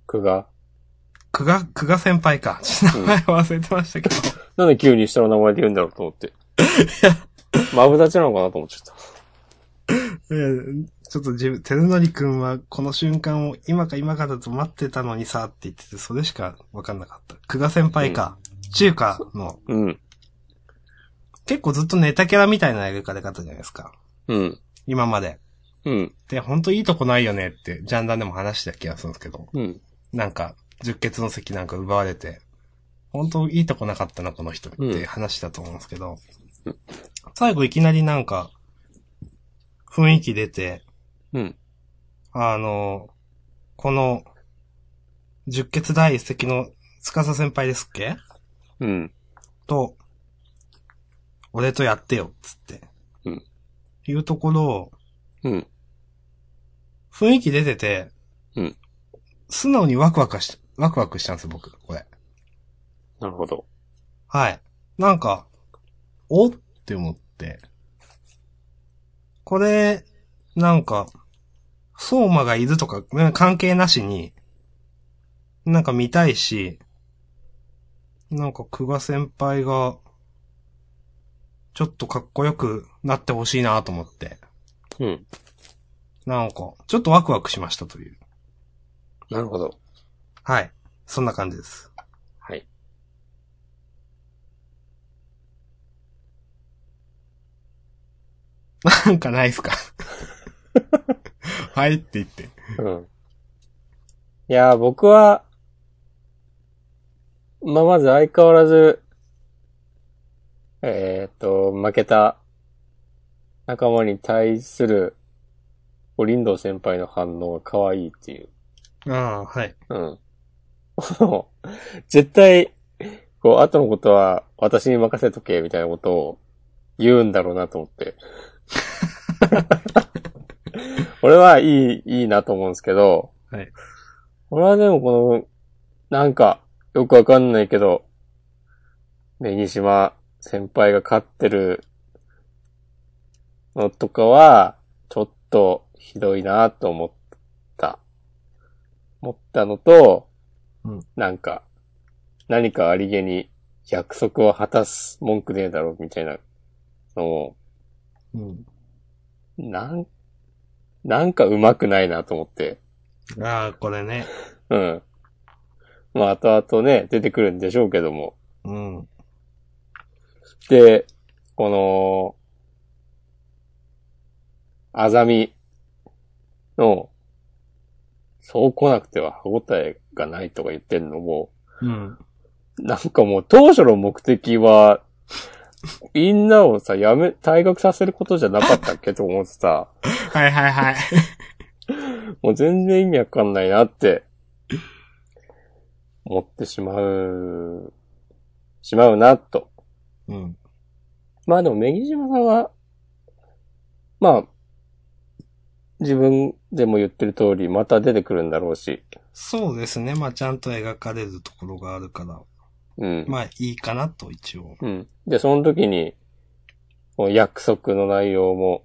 Speaker 1: 久我。
Speaker 2: 久我、久我先輩か。ちょっと名前忘れてま したけど。
Speaker 1: なんで急に下の名前で言うんだろうと思って。マブダチなのかなと思っちゃった。
Speaker 2: えーちょっと自分、手のりくんはこの瞬間を今か今かだと待ってたのにさって言ってて、それしかわかんなかった。久我先輩か。中華の
Speaker 1: うん。
Speaker 2: 結構ずっとネタキャラみたいなやり方だったじゃないですか。
Speaker 1: うん。
Speaker 2: 今まで。
Speaker 1: うん。
Speaker 2: で、ほんといいとこないよねって、ジャンダンでも話した気がするんですけど、
Speaker 1: うん。
Speaker 2: なんか、十血の席なんか奪われて、ほんといいとこなかったな、この人っ
Speaker 1: う
Speaker 2: て
Speaker 1: ん
Speaker 2: 話だと思うんですけど、
Speaker 1: うん
Speaker 2: 最後いきなりなんか、雰囲気出て、
Speaker 1: うん。
Speaker 2: あの、この、十血第一席の司先輩ですっけ
Speaker 1: うん。
Speaker 2: と、俺とやってよ、つって。
Speaker 1: うん
Speaker 2: いうところ、
Speaker 1: うん。
Speaker 2: 雰囲気出てて、
Speaker 1: うん
Speaker 2: 素直にワクワクし、ワクワクしたんです、僕、これ。
Speaker 1: なるほど。
Speaker 2: はい。なんか、おって思って。これ、なんか、相馬がいるとか、ね関係なしに、なんか見たいし、なんか久我先輩が、ちょっとかっこよくなってほしいなと思って、
Speaker 1: うん。
Speaker 2: なんか、ちょっとワクワクしましたという。
Speaker 1: なるほど。
Speaker 2: はい。そんな感じです。
Speaker 1: はい。
Speaker 2: なんかないっす かはいって言って。
Speaker 1: うん。いやー、僕は、まあ、まず相変わらず、えーっと、負けた仲間に対する、お林道先輩の反応が可愛いっていう。
Speaker 2: ああ、はい。
Speaker 1: うん。もう絶対、こう、後のことは私に任せとけ、みたいなことを言うんだろうなと思って。 俺はいい、いいなと思うんですけど、
Speaker 2: はい。
Speaker 1: 俺はでもこの、なんか、よくわかんないけど、ネシマ先輩が勝ってるのとかは、ちょっとひどいなと思った。思ったのと、
Speaker 2: うん
Speaker 1: なんか、何かありげに約束を果たす文句ねえだろ、みたいなのを、
Speaker 2: うん。
Speaker 1: なん、なんか上手くないなと思って。
Speaker 2: ああ、これね。
Speaker 1: うん。まあ、後々ね、出てくるんでしょうけども。
Speaker 2: うん。
Speaker 1: で、この、あざみの、そう来なくては歯応えがないとか言ってんのも、
Speaker 2: うん。
Speaker 1: なんかもう当初の目的は、みんなをさ、やめ、退学させることじゃなかったっけと思ってさ、
Speaker 2: はいはいはい。
Speaker 1: もう全然意味わかんないなって、思ってしまう、しまうな、と。
Speaker 2: うん。
Speaker 1: まあでも、メギジマさんは、まあ、自分でも言ってる通り、また出てくるんだろうし、
Speaker 2: そうですね。まあ、ちゃんと描かれるところがあるから、
Speaker 1: うん。
Speaker 2: まあ、いいかなと、一応。
Speaker 1: うん。で、その時に、こう約束の内容も、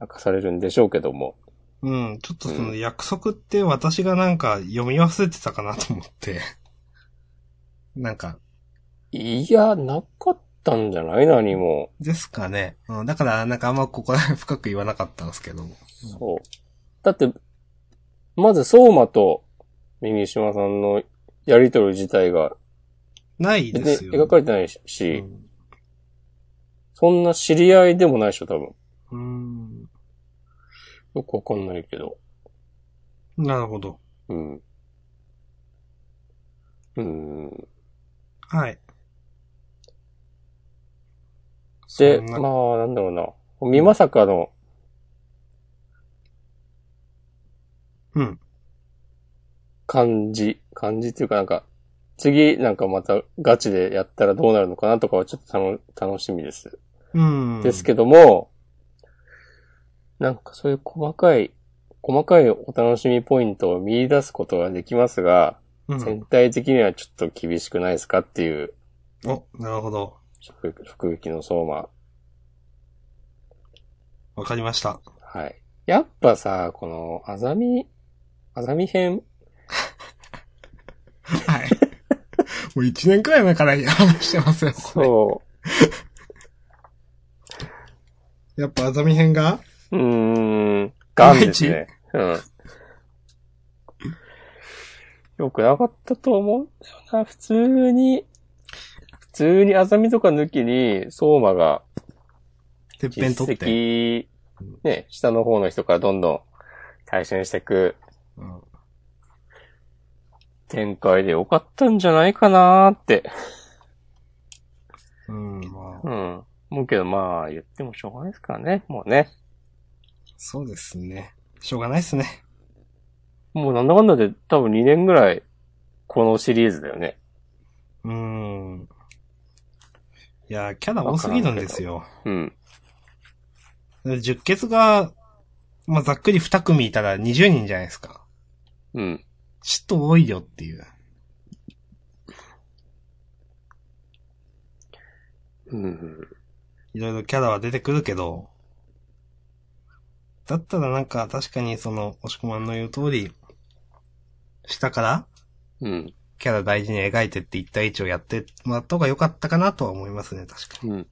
Speaker 1: 明かされるんでしょうけども。
Speaker 2: うん。ちょっとその
Speaker 1: う
Speaker 2: 約束って私がなんか読み忘れてたかなと思って。なんか、
Speaker 1: いや、なかったんじゃない何も。
Speaker 2: ですかね。うん。だから、なんかあんまここら辺深く言わなかったんですけど。
Speaker 1: そう。だって、まず、相馬と、右島さんのやりとり自体が、
Speaker 2: ないで
Speaker 1: 別
Speaker 2: す
Speaker 1: に
Speaker 2: よ。
Speaker 1: 描かれてないし、
Speaker 2: うん
Speaker 1: そんな知り合いでもないでしょ、多分。
Speaker 2: うん。
Speaker 1: よくわかんないけど。
Speaker 2: なるほど。
Speaker 1: うん。うん。
Speaker 2: はい。
Speaker 1: で、
Speaker 2: そん
Speaker 1: ま
Speaker 2: な
Speaker 1: あ、なんだろうな。みまさかの、
Speaker 2: うん。
Speaker 1: 感じ、感じっていうかなんか、次なんかまたガチでやったらどうなるのかなとかはちょっと楽楽しみです。
Speaker 2: うん。
Speaker 1: ですけども、なんかそういう細かい、細かいお楽しみポイントを見出すことができますが、
Speaker 2: ど、うん
Speaker 1: 全体的にはちょっと厳しくないですかっていう
Speaker 2: お、なるほど。
Speaker 1: 直撃直撃の相馬。
Speaker 2: わかりました。
Speaker 1: はい。やっぱさ、この、あざみ、あざみ編、
Speaker 2: はい。もう一年くらい前から話してますよ。これ
Speaker 1: そ
Speaker 2: やっぱ、あざみ編が
Speaker 1: う、うーん、ガンですね。うん。よくなかったと思うんだよな、普通に。
Speaker 2: 普
Speaker 1: 通にあざみとか抜きに、相馬が
Speaker 2: てっぺん
Speaker 1: 実
Speaker 2: 取って。
Speaker 1: 績、ね、下の方の人からどんどん対戦していく
Speaker 2: うん
Speaker 1: 展開でよかったんじゃないかなーって。
Speaker 2: うん、ま
Speaker 1: う
Speaker 2: あ、
Speaker 1: ん。思うけどまあ、言ってもしょうがないですからね。もうね。
Speaker 2: そうですね。しょうがないですね。
Speaker 1: もうなんだかんだで多分2年ぐらい、このシリーズだよね。
Speaker 2: うん。いや、キャラ多すぎるんですよ。
Speaker 1: うん。
Speaker 2: 十血が、まあ、ざっくり二組いたら20人じゃないですか。
Speaker 1: うん。
Speaker 2: ちょっと多いよっていう。
Speaker 1: うん。
Speaker 2: いろいろキャラは出てくるけど、だったらなんか確かにその、押し込まんの言う通り、下から
Speaker 1: うん。
Speaker 2: キャラ大事に描いてって一対一をやってもらった方が良かったかなとは思いますね、確かに。
Speaker 1: うん。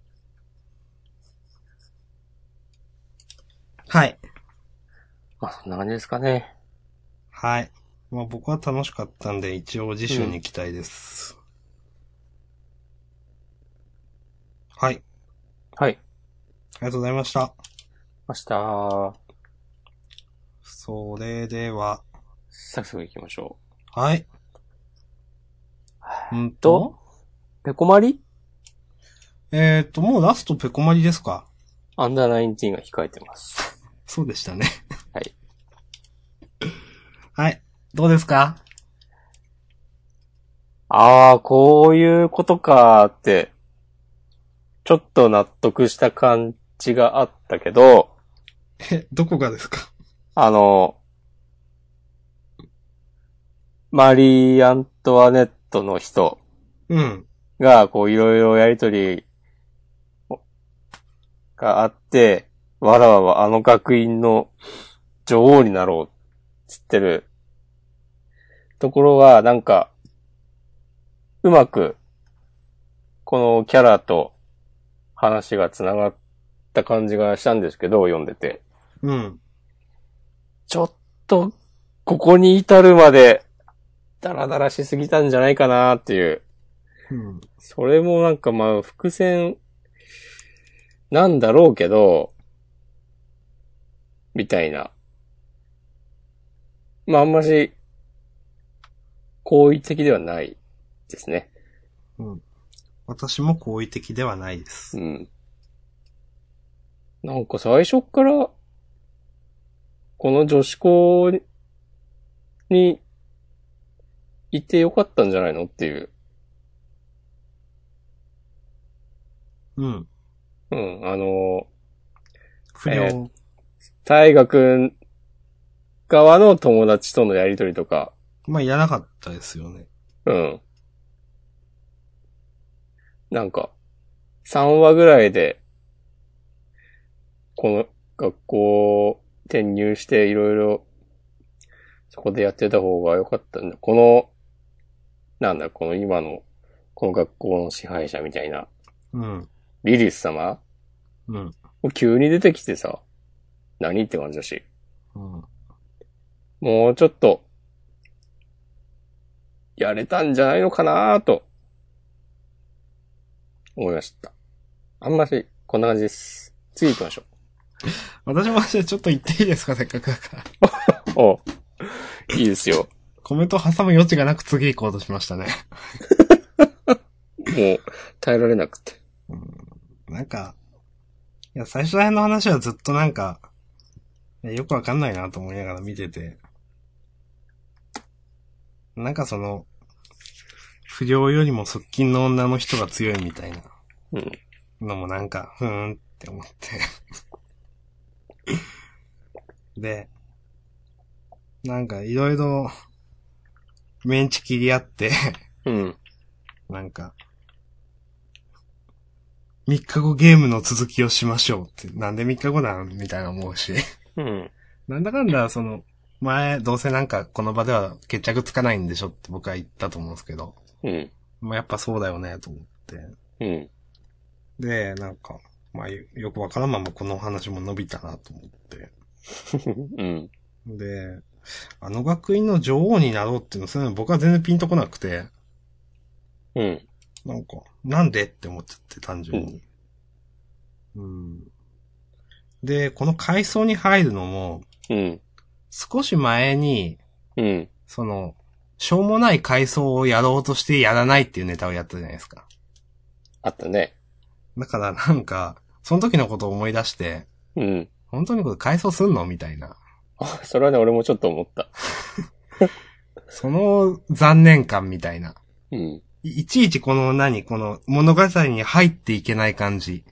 Speaker 2: はい。
Speaker 1: まあ、そんな感じですかね。
Speaker 2: はい。まあ僕は楽しかったんで、一応次週に期待です。はい。あり
Speaker 1: はい。
Speaker 2: がとうございました。
Speaker 1: 明日、
Speaker 2: それでは、
Speaker 1: 早速行きましょう。
Speaker 2: はい。うん
Speaker 1: と、ペコマリ
Speaker 2: えっ、と、もうラストペコマリですか
Speaker 1: アンダーナインティーンが控えてます。
Speaker 2: そうでしたね。
Speaker 1: はい。
Speaker 2: はい。どうですか
Speaker 1: ああ、こういうことかーって、ちょっと納得した感じがあったけど、
Speaker 2: え、どこがですか
Speaker 1: あの、マリー・アントワネットの人
Speaker 2: うん。
Speaker 1: が、こういろいろやりとりがあって、わらわはあの学院の女王になろう、つってるところは、なんか、うまく、このキャラと話が繋がった感じがしたんですけど、読んでて。
Speaker 2: うん。
Speaker 1: ちょっと、ここに至るまで、ダラダラしすぎたんじゃないかなっていう。
Speaker 2: うん。
Speaker 1: それもなんかまあ、伏線、なんだろうけど、みたいな。まあ、あんまし、好意的ではないですね。
Speaker 2: 私も好意的ではないで
Speaker 1: う
Speaker 2: す。
Speaker 1: ん。なんか最初っから、この女子校にに、いてよかったんじゃないのっていう。
Speaker 2: うん。
Speaker 1: うん、あの、
Speaker 2: 不良。
Speaker 1: えー大河君側の友達とのやりとりとか、
Speaker 2: まあ、いらなかったですよね。
Speaker 1: うん。なんか、3話ぐらいで、この学校転入していろいろ、そこでやってた方が良かったんだ。この、なんだ、この今の、この学校の支配者みたいな、
Speaker 2: うん。
Speaker 1: リリス様
Speaker 2: うん。
Speaker 1: 急に出てきてさ、何って感じだし。
Speaker 2: うん。
Speaker 1: もうちょっと、やれたんじゃないのかなぁと、思いました。あんまし、こんな感じです。次行きましょ
Speaker 2: 私もじゃあちょっと言っていいですかせっかくだから。
Speaker 1: う。おういいですよ。
Speaker 2: コメント挟む余地がなく次行こうとしましたね。
Speaker 1: もう、耐えられなくて。
Speaker 2: なんか、いや、最初ら辺の話はずっとなんか、いやよくわかんないなと思いながら見てて。なんかその、不良よりも側近の女の人が強いみたいな
Speaker 1: うん。
Speaker 2: のもなんか、ふーんって思って。 で、なんかいろいろ、メンチ切り合って、
Speaker 1: うん。
Speaker 2: なんか、3日後ゲームの続きをしましょうって、なんで3日後なんみたいな思うし。
Speaker 1: うん。
Speaker 2: なんだかんだ、その、前、どうせなんかこの場では決着つかないんでしょって僕は言ったと思うんですけど、
Speaker 1: うん。
Speaker 2: まあやっぱそうだよね、と思って。
Speaker 1: うん。
Speaker 2: で、なんか、まあよよくわからんままこのお話も伸びたなと思って。
Speaker 1: うん。
Speaker 2: で、あの学院の女王になろうっていうの、そういうの僕は全然ピンとこなくて、
Speaker 1: うん。
Speaker 2: なんか、なんでって思っちゃって、単純に。うん。で、この階層に入るのも、
Speaker 1: うん。
Speaker 2: 少し前に、
Speaker 1: うん。
Speaker 2: その、しょうもない階層をやろうとしてやらないっていうネタをやったじゃないですか。
Speaker 1: あったね。
Speaker 2: だからなんか、その時のことを思い出して、
Speaker 1: うん。
Speaker 2: 本当にこれ階層すんのみたいな。
Speaker 1: あそれはね、俺もちょっと思った。
Speaker 2: その残念感みたいな。
Speaker 1: うん。
Speaker 2: いいちいちこの何この物語に入っていけない感じ。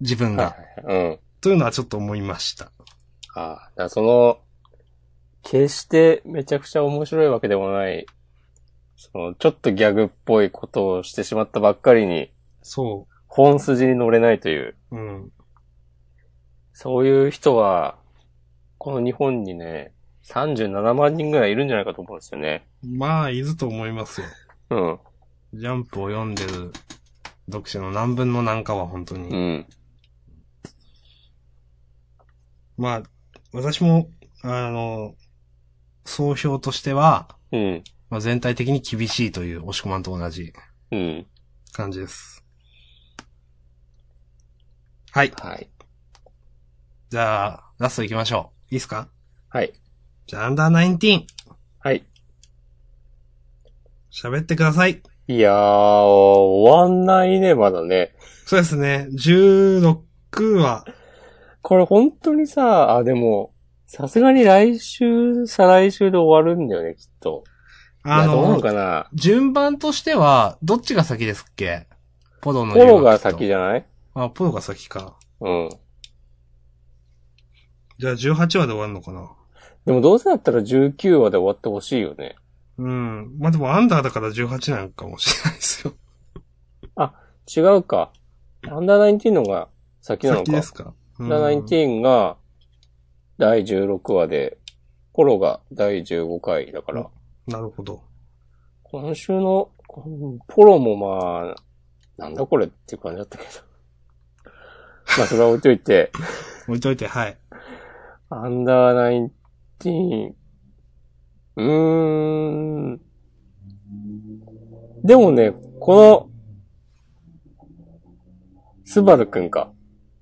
Speaker 2: 自分が。
Speaker 1: はいはいはい。うん。
Speaker 2: というのはちょっと思いました。
Speaker 1: ああ、だからその、決してめちゃくちゃ面白いわけでもない、その、ちょっとギャグっぽいことをしてしまったばっかりに、
Speaker 2: そ
Speaker 1: 本筋に乗れないという、
Speaker 2: う。うん。
Speaker 1: そういう人は、この日本にね、37万人ぐらいいるんじゃないかと思うんですよね。
Speaker 2: まあ、いると思いますよ。
Speaker 1: うん。
Speaker 2: ジャンプを読んでる読者の何分の何かは本当に。
Speaker 1: うん。
Speaker 2: まあ、私も、あの、総評としては、
Speaker 1: うん。
Speaker 2: まあ、全体的に厳しいという押し込まんと同じ
Speaker 1: うん。
Speaker 2: 感じです。はい。
Speaker 1: はい。
Speaker 2: じゃあ、ラスト行きましょう。いいっすか
Speaker 1: はい。
Speaker 2: じゃあ、アンダーナインティーン、
Speaker 1: はい。
Speaker 2: 喋ってください。
Speaker 1: いやー、終わんないね、まだね。
Speaker 2: そうですね。16話。
Speaker 1: これ本当にさ、あ、でも、さすがに来週、再来週で終わるんだよね、きっと。い
Speaker 2: あ
Speaker 1: やどうなの
Speaker 2: の、
Speaker 1: かな
Speaker 2: 順番としては、どっちが先ですっけポロの
Speaker 1: ポロが先じゃない
Speaker 2: ゃあ、ポロが先か。
Speaker 1: うん。
Speaker 2: じゃあ、18話で終わるのかな
Speaker 1: でもどうせだったら19話で終わってほしいよね。
Speaker 2: うん。まあ、でも、アンダーだから18なんかもしれない ですよ。
Speaker 1: 違うか。アンダーナインティーンの方が先なの
Speaker 2: 先
Speaker 1: か。
Speaker 2: ですか。
Speaker 1: ア
Speaker 2: う
Speaker 1: ン
Speaker 2: ん
Speaker 1: ダーナインティーンが第16話で、ポロが第15回だから、
Speaker 2: なるほど。
Speaker 1: 今週の、うんポロもまあ、なんだこれっていう感じだったけど。まあそれは置いといて、
Speaker 2: 置いといて、はい。
Speaker 1: アンダーナインティーン。うーん。でもね、この、スバルくんか。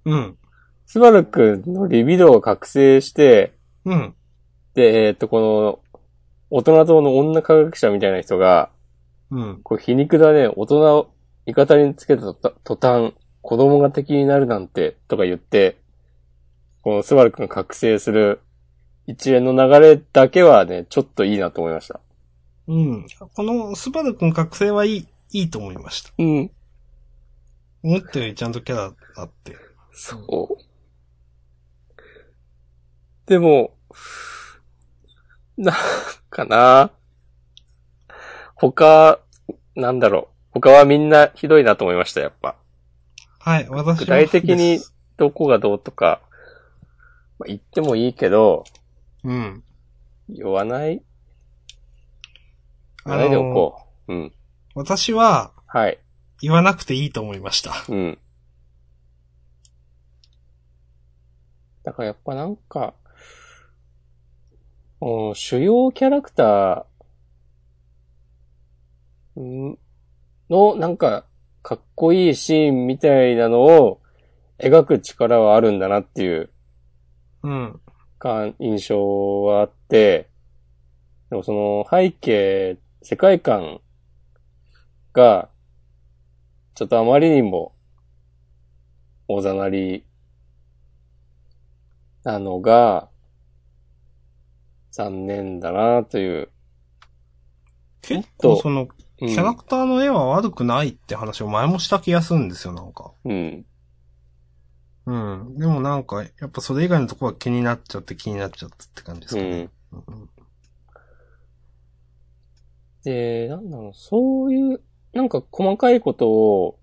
Speaker 2: うん。
Speaker 1: スバルくんのリビドーを覚醒して、
Speaker 2: うん。
Speaker 1: で、えーっと、この、大人党の女科学者みたいな人が、
Speaker 2: うん。
Speaker 1: こう皮肉だね、大人を味方につけた途端、子供が敵になるなんて、とか言って、このスバルくんが覚醒する一連の流れだけはね、ちょっといいなと思いました。
Speaker 2: うん。この、スバル君覚醒はいい、いいと思いました。
Speaker 1: うん。
Speaker 2: 思ったよりちゃんとキャラあって。
Speaker 1: そう。でも、なんかな。他、なんだろう。他はみんなひどいなと思いました、やっぱ。
Speaker 2: はい、私も
Speaker 1: 具体的に
Speaker 2: です
Speaker 1: どこがどうとか、まあ、言ってもいいけど、
Speaker 2: うん。
Speaker 1: 言わない言わ
Speaker 2: あ
Speaker 1: ないでお
Speaker 2: の、
Speaker 1: こう。うん。
Speaker 2: 私は
Speaker 1: はい。
Speaker 2: 言わなくていいと思いました。
Speaker 1: うん。だからやっぱなんか、うん主要キャラクターんのなんかかっこいいシーンみたいなのを描く力はあるんだなっていう
Speaker 2: うん。
Speaker 1: か印象はあって、でもその背景、世界観が、ちょっとあまりにも、おざなり、なのが、残念だなという。
Speaker 2: 結
Speaker 1: もっ
Speaker 2: 構
Speaker 1: と
Speaker 2: その、
Speaker 1: う
Speaker 2: キ
Speaker 1: ん
Speaker 2: ャラクターの絵は悪くないって話を前もした気がするんですよ、なんか。
Speaker 1: うん。
Speaker 2: うん。でもなんか、やっぱそれ以外のとこは気になっちゃって気になっちゃってって感じです
Speaker 1: う
Speaker 2: かね。
Speaker 1: ん。
Speaker 2: うん
Speaker 1: で、なんだろう、そういう、なんか細かいことを、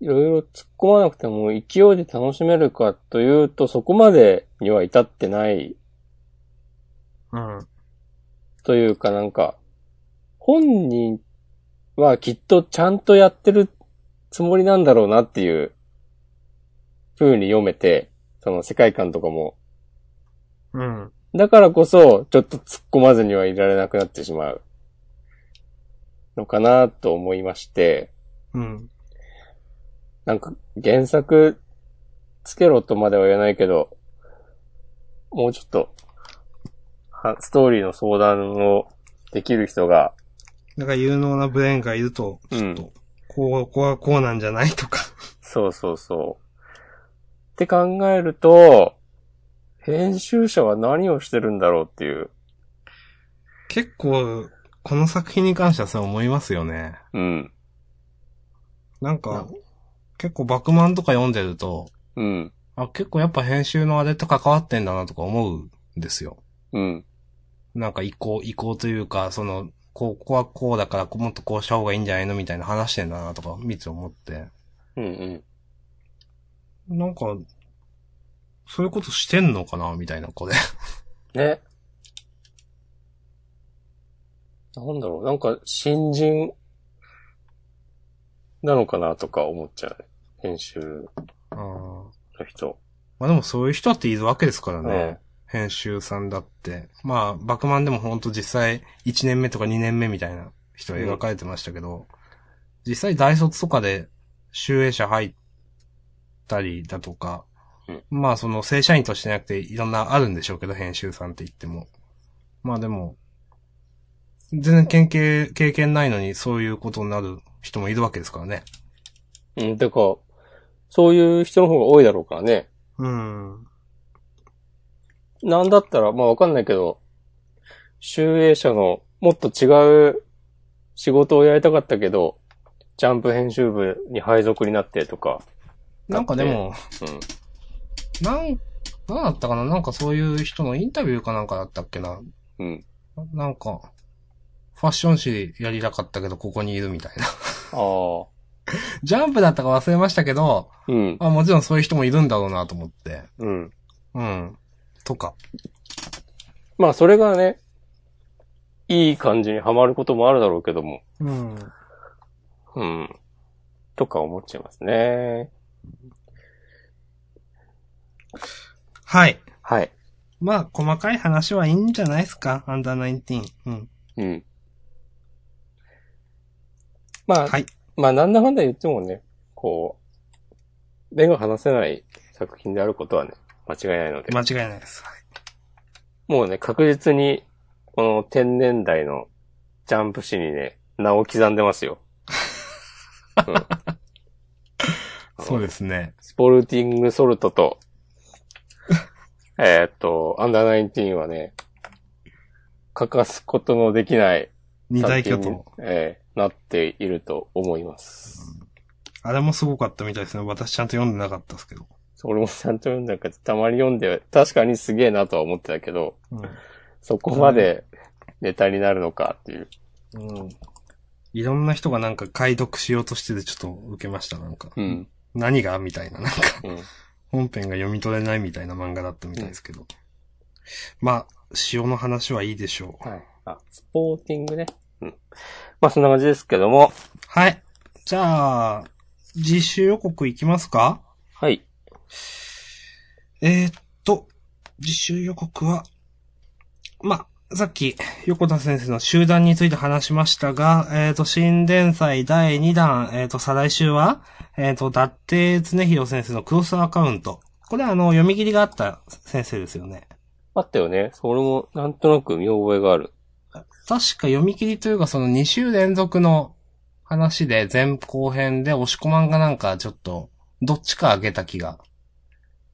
Speaker 1: いろいろ突っ込まなくても勢いで楽しめるかというと、そこまでには至ってない
Speaker 2: うん。
Speaker 1: というかなんか、本人はきっとちゃんとやってるつもりなんだろうなっていう風に読めて、その世界観とかも。
Speaker 2: うん。
Speaker 1: だからこそ、ちょっと突っ込まずにはいられなくなってしまう。のかなと思いまして、
Speaker 2: うん。
Speaker 1: なんか原作つけろとまでは言えないけど、もうちょっと、はストーリーの相談をできる人が、
Speaker 2: だから有能なブレーンがいると、
Speaker 1: う
Speaker 2: ちょっ
Speaker 1: ん
Speaker 2: と、こう、ここはこうなんじゃないとか。
Speaker 1: そうそうそう。って考えると、編集者は何をしてるんだろうっていう。
Speaker 2: 結構、この作品に関してはそう思いますよね。
Speaker 1: うん。な
Speaker 2: なん
Speaker 1: ん
Speaker 2: か
Speaker 1: か、
Speaker 2: 結構バクマンとか読んでると、
Speaker 1: うん。
Speaker 2: あ、結構やっぱ編集のあれと関わってんだなとか思うんですよ。
Speaker 1: うん。
Speaker 2: なんか移行、移行というか、その、ここはこうだから、もっとこうした方がいいんじゃないのみたいな話してんだなとか、見て思って。
Speaker 1: うんうん。
Speaker 2: なんか、そういうことしてんのかなみたいな、これ。
Speaker 1: ね。なんだろう。なんか、新人なのかなとか思っちゃう。編集
Speaker 2: あー
Speaker 1: の人。
Speaker 2: まあでもそういう人っているわけですからね。
Speaker 1: うん
Speaker 2: 編集さんだって。まあ、バクマンでもほんと実際、1年目とか2年目みたいな人描かれてましたけど、実際大卒とかで、集英社入ったりだとか、
Speaker 1: うん
Speaker 2: まあその正社員としてなくていろんなあるんでしょうけど、編集さんって言っても。まあでも、全然経験、経験ないのにそういうことになる人もいるわけですからね。
Speaker 1: うん、てか、そういう人の方が多いだろうからね。
Speaker 2: うん。
Speaker 1: なんだったら、まあわかんないけど、集英社のもっと違う仕事をやりたかったけど、ジャンプ編集部に配属になってとか。
Speaker 2: なんかでも、
Speaker 1: う
Speaker 2: なん、なんだったかななんかそういう人のインタビューかなんかだったっけな。
Speaker 1: ん。うん。
Speaker 2: なんか、ファッション誌やりたかったけどここにいるみたいな。
Speaker 1: ああ。
Speaker 2: ジャンプだったか忘れましたけど、
Speaker 1: うん。
Speaker 2: あもちろんそういう人もいるんだろうなと思って。
Speaker 1: うん。
Speaker 2: うん。とか。
Speaker 1: まあそれがね、いい感じにはまることもあるだろうけども。
Speaker 2: うん。
Speaker 1: うん。とか思っちゃいますね。
Speaker 2: はい。
Speaker 1: はい。
Speaker 2: まあ、細かい話はいいんじゃないですかアンダーナインティーン。うん。
Speaker 1: うん。まあ、
Speaker 2: はい。
Speaker 1: まあなんだかんだ言ってもね、こう、目が離せない作品であることはね、間違いないので、
Speaker 2: 間違いないです。はい
Speaker 1: もうね、確実に、この天然代のジャンプ誌にね、名を刻んでますよ。うん
Speaker 2: そうですね。
Speaker 1: スポルティングソルトと、 えーっと、アンダーナインティーンはね、欠かすことのできない
Speaker 2: 二大巨
Speaker 1: 作品に
Speaker 2: 頭。、
Speaker 1: えーなっていると思います。
Speaker 2: あれもすごかったみたいですね。私ちゃんと読んでなかったですけど。
Speaker 1: 俺もちゃんと読んだけど、たまに読んで、確かにすげえなとは思ってたけど、
Speaker 2: うん。
Speaker 1: そこまでネタになるのかっていう。
Speaker 2: うん。いろんな人がなんか解読しようとしててちょっと受けました、なんか。
Speaker 1: うん。
Speaker 2: 何がみたいな、なん か、
Speaker 1: うん。
Speaker 2: 本編が読み取れないみたいな漫画だったみたいですけど。まあ、潮の話はいいでしょう。
Speaker 1: はい。あ、スポーティングね。うん。まあそんな感じですけども、
Speaker 2: はい。じゃあ、実習予告いきますか
Speaker 1: はい。
Speaker 2: えー、っと、実習予告は、まあ、さっき、横田先生の集団について話しましたが、えーっと、新伝祭第2弾、えーっと、再来週は、えーっと、伊達常広先生のクロスアカウント。これはあの、読み切りがあった先生ですよね。
Speaker 1: あったよね。それもなんとなく見覚えがある。
Speaker 2: 確か読み切りというか、その2週連続の話で、前後編で押し込まんがなんか、ちょっと、どっちか上げた気が。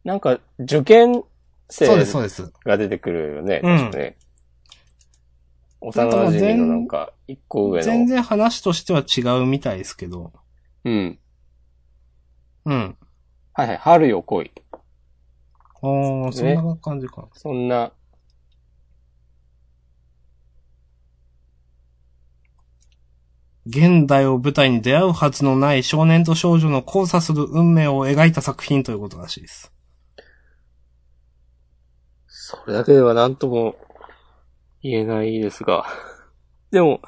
Speaker 1: なんか、受験
Speaker 2: そうです、
Speaker 1: 生
Speaker 2: そうです。
Speaker 1: が出てくるよね。
Speaker 2: うん
Speaker 1: 確かね。幼馴染のなんか、一個上の。
Speaker 2: 全然話としては違うみたいですけど。
Speaker 1: うん。
Speaker 2: うん。
Speaker 1: はいはい。春よ来い。
Speaker 2: ああ、そん
Speaker 1: ね
Speaker 2: な感じか。
Speaker 1: そんな、
Speaker 2: 現代を舞台に出会うはずのない少年と少女の交差する運命を描いた作品ということらしいです。
Speaker 1: それだけでは何とも言えないですが。でも、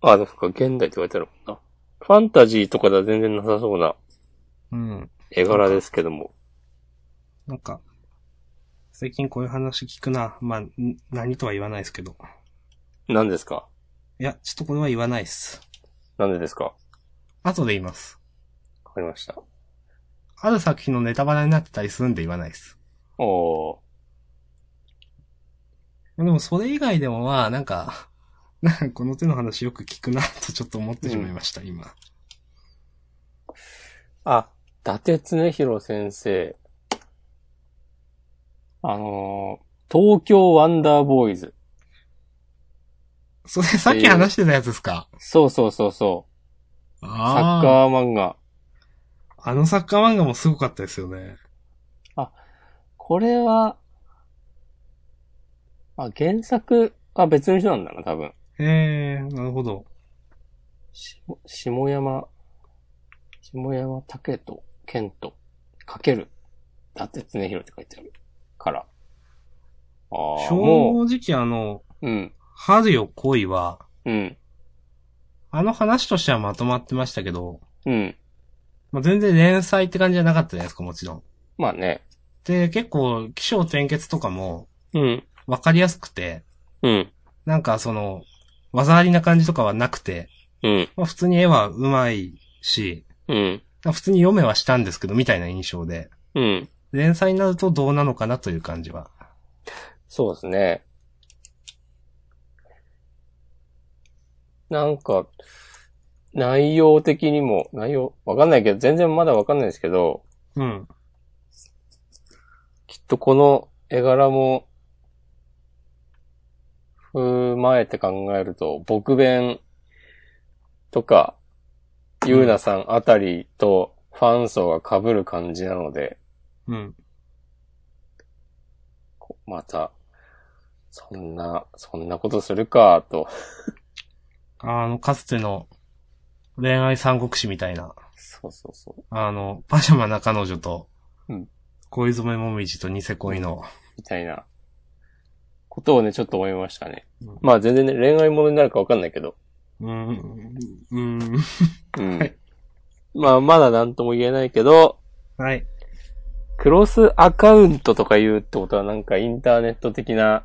Speaker 1: あ、そっか、現代って書いてあるもんな。ファンタジーとかでは全然なさそうな
Speaker 2: うん。
Speaker 1: 絵柄ですけども。
Speaker 2: なんか、最近こういう話聞くな。まあ、ん何とは言わないですけど。
Speaker 1: 何ですか
Speaker 2: いや、ちょっとこれは言わないっす。
Speaker 1: なんでですかわ
Speaker 2: 後で言います。
Speaker 1: かりました。
Speaker 2: ある作品のネタバレになってたりするんで言わないっす。
Speaker 1: おー。
Speaker 2: でもそれ以外でもまあ、なんか、 なんかこの手の話よく聞くなとちょっと思ってしまいました、今。
Speaker 1: あ、伊達恒弘先生。あのー東京ワンダーボーイズ。
Speaker 2: それさっき話してたやつですか、
Speaker 1: そうそうそうそう。サッ
Speaker 2: あ
Speaker 1: カー漫画。
Speaker 2: あ。あのサッカー漫画もすごかったですよね。
Speaker 1: これは、あ、原作、あ、別の人なんだな、多分。
Speaker 2: へえ、なるほど。
Speaker 1: し下山、下山武人、健人、かける、伊達恒弘って書いてある。から。ああ、も
Speaker 2: 正直あの、
Speaker 1: う、うん、
Speaker 2: 春よ恋は、
Speaker 1: うん、
Speaker 2: あの話としてはまとまってましたけど、
Speaker 1: うん。
Speaker 2: まあ、全然連載って感じじゃなかったじゃないですか、もちろん。
Speaker 1: まあね。
Speaker 2: で、結構、気象転結とかも、
Speaker 1: うん、
Speaker 2: わかりやすくて、
Speaker 1: うん、
Speaker 2: なんかその、技ありな感じとかはなくて、
Speaker 1: うん、
Speaker 2: まあ、普通に絵は上手いし、
Speaker 1: うん、
Speaker 2: 普通に読めはしたんですけど、みたいな印象で。
Speaker 1: うん。
Speaker 2: 連載になるとどうなのかなという感じは。
Speaker 1: そうですね。なんか、内容的にも、内容、わかんないけど、全然まだわかんないですけど、
Speaker 2: うん。
Speaker 1: きっとこの絵柄も、踏まえて考えると、僕弁とか、ゆうなさんあたりとファン層が被る感じなので、
Speaker 2: うん。
Speaker 1: こまた、そんな、そんなことするか、と。
Speaker 2: あの、かつての、恋愛三国志みたいな、
Speaker 1: そうそうそう。
Speaker 2: あの、パジャマな彼女と、
Speaker 1: うん
Speaker 2: 恋染めもみじとニセ恋の、
Speaker 1: みたいな、ことをね、ちょっと思いましたね
Speaker 2: うん。
Speaker 1: まあ全然ね、恋愛ものになるかわかんないけど。
Speaker 2: うん、うん、
Speaker 1: うん
Speaker 2: はい
Speaker 1: まあまだなんとも言えないけど、
Speaker 2: はい。
Speaker 1: クロスアカウントとか言うってことはなんかインターネット的な、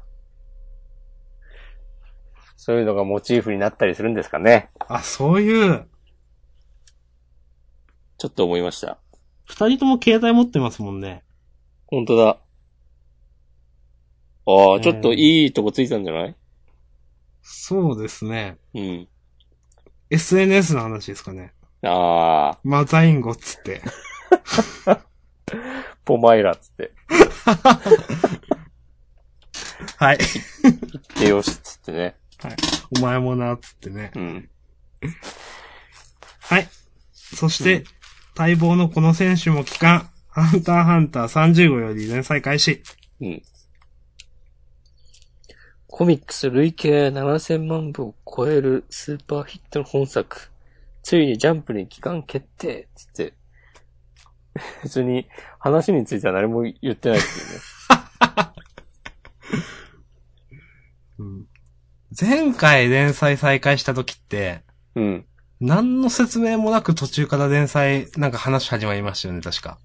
Speaker 1: そういうのがモチーフになったりするんですかね。
Speaker 2: あ、そういう、
Speaker 1: ちょっと思いました。
Speaker 2: 二人とも携帯持ってますもんね。
Speaker 1: 本当だ。あ
Speaker 2: う
Speaker 1: あ、
Speaker 2: ん
Speaker 1: ちょっといいとこついたんじゃない
Speaker 2: そうですね。
Speaker 1: うん。
Speaker 2: SNS の話ですかね。
Speaker 1: あ
Speaker 2: マザインゴっつって。
Speaker 1: あ、ポマイラっつって。
Speaker 2: はい。
Speaker 1: でよしっつってね。
Speaker 2: お前もな、っつってね。
Speaker 1: うん。
Speaker 2: はい。そして、待望のこの選手も期間、ハンターハンター30号より連載開始。
Speaker 1: うん。コミックス累計7000万部を超えるスーパーヒットの本作。ついにジャンプに期間決定つって。 別に話については何も言ってないですよね。
Speaker 2: 前回連載再開した時って、
Speaker 1: うん。
Speaker 2: 何の説明もなく途中から連載、なんか話始まりましたよね、確か。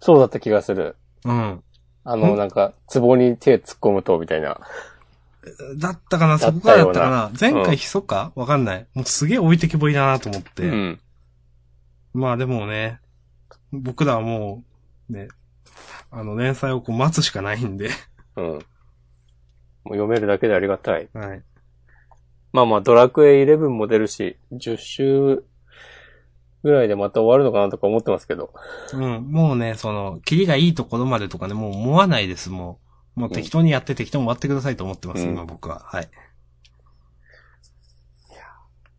Speaker 1: そうだった気がする。
Speaker 2: うん。
Speaker 1: あの、
Speaker 2: ん
Speaker 1: なんか、壺に手突っ込むと、みたいな。
Speaker 2: だったかな、そこからだったかな。前回ひそかわかんない。もうすげえ置いてきぼりだなと思って。
Speaker 1: うん。
Speaker 2: まあでもね、僕らはもう、ね、あの連載をこう待つしかないんで。
Speaker 1: うん。もう読めるだけでありがたい。
Speaker 2: はい。
Speaker 1: まあまあ、ドラクエ11も出るし、10週ぐらいでまた終わるのかなとか思ってますけど。
Speaker 2: うん、もうね、その、キリがいいところまでとかね、もう思わないです、もう。もう適当にやって適当に終わってくださいと思ってます、
Speaker 1: うん
Speaker 2: 今僕は。はい。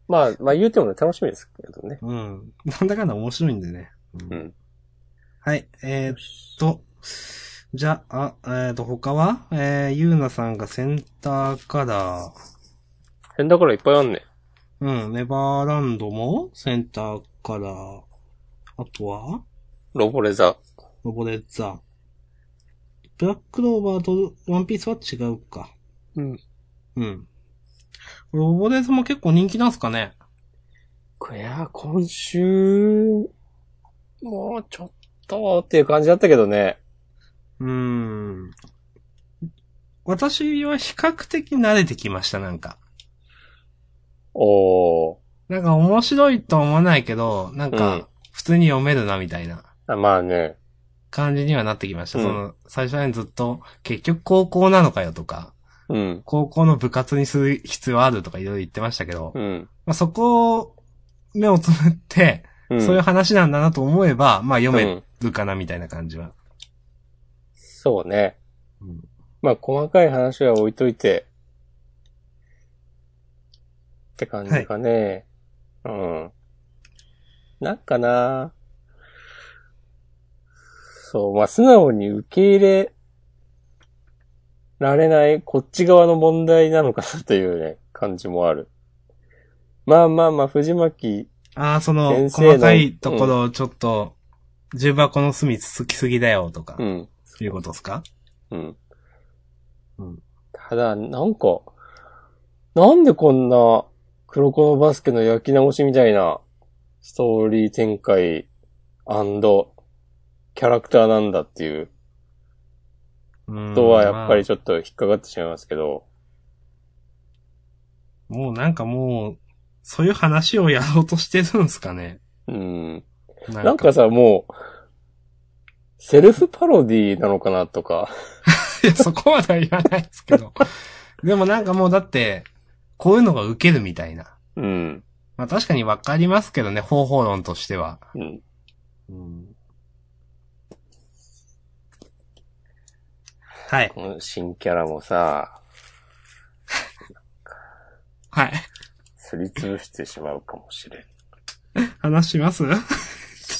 Speaker 1: まあ、まあ言うてもね、楽しみですけどね。
Speaker 2: うん。なんだかんだ面白いんでね。うん
Speaker 1: うん
Speaker 2: はい、えーっと、じゃあ、あえーっと、他はえー、ゆうなさんがセンターカラー。
Speaker 1: 変だからいっぱいあんね。
Speaker 2: うん、ネバーランドもセンターカラー。あとは
Speaker 1: ロボレザ。
Speaker 2: ロボレッツァー。ブラックローバーとワンピースは違うか。
Speaker 1: うん。
Speaker 2: うん。ロボレースも結構人気なんすかね
Speaker 1: いや、今週、もうちょっとっていう感じだったけどね。
Speaker 2: うーん。私は比較的慣れてきました、なんか。
Speaker 1: おー。
Speaker 2: なんか面白いとは思わないけど、なん
Speaker 1: うん
Speaker 2: か、普通に読めるなみたいな
Speaker 1: あまあね。
Speaker 2: 感じにはなってきました。
Speaker 1: うん
Speaker 2: その、最初にずっと、結局高校なのかよとか、
Speaker 1: うん。
Speaker 2: 高校の部活にする必要あるとかいろいろ言ってましたけど、
Speaker 1: うん。
Speaker 2: まあ、そこを目をつぶって、
Speaker 1: うん。
Speaker 2: そういう話なんだなと思えば、まあ読
Speaker 1: う
Speaker 2: め
Speaker 1: ん
Speaker 2: るかなみたいな感じは。
Speaker 1: そうね。
Speaker 2: うん
Speaker 1: まあ、細かい話は置いといて、って感じかね。うん。なんかなそう、まあ、素直に受け入れられない、こっち側の問題なのかなというね、感じもある。まあまあまあ、藤巻、
Speaker 2: ああ、その、
Speaker 1: 先生の
Speaker 2: 細かいところをちょっと、重箱の隅つつきすぎだよとか
Speaker 1: う、ん、
Speaker 2: いうことですか
Speaker 1: うん。
Speaker 2: うん
Speaker 1: ただ、なんか、なんでこんな、黒子のバスケの焼き直しみたいな、ストーリー展開、アンド、キャラクターなんだっていうこと
Speaker 2: と
Speaker 1: は、やっぱり
Speaker 2: ま
Speaker 1: ちょっと引っかかってしまいますけど、
Speaker 2: あもうなんかもう、そういう話をやろうとしてるんですかね。
Speaker 1: うん。
Speaker 2: な
Speaker 1: なん か、さ、もう、セルフパロディなのかなとか、
Speaker 2: いやそこまでは言わないですけど。でもなんかもうだって、こういうのが受けるみたいな。
Speaker 1: うん。
Speaker 2: まあ確かにわかりますけどね、方法論としては。
Speaker 1: うん。
Speaker 2: はい。
Speaker 1: この新キャラもさ、
Speaker 2: はい。
Speaker 1: すりつぶしてしまうかもしれん。
Speaker 2: 話します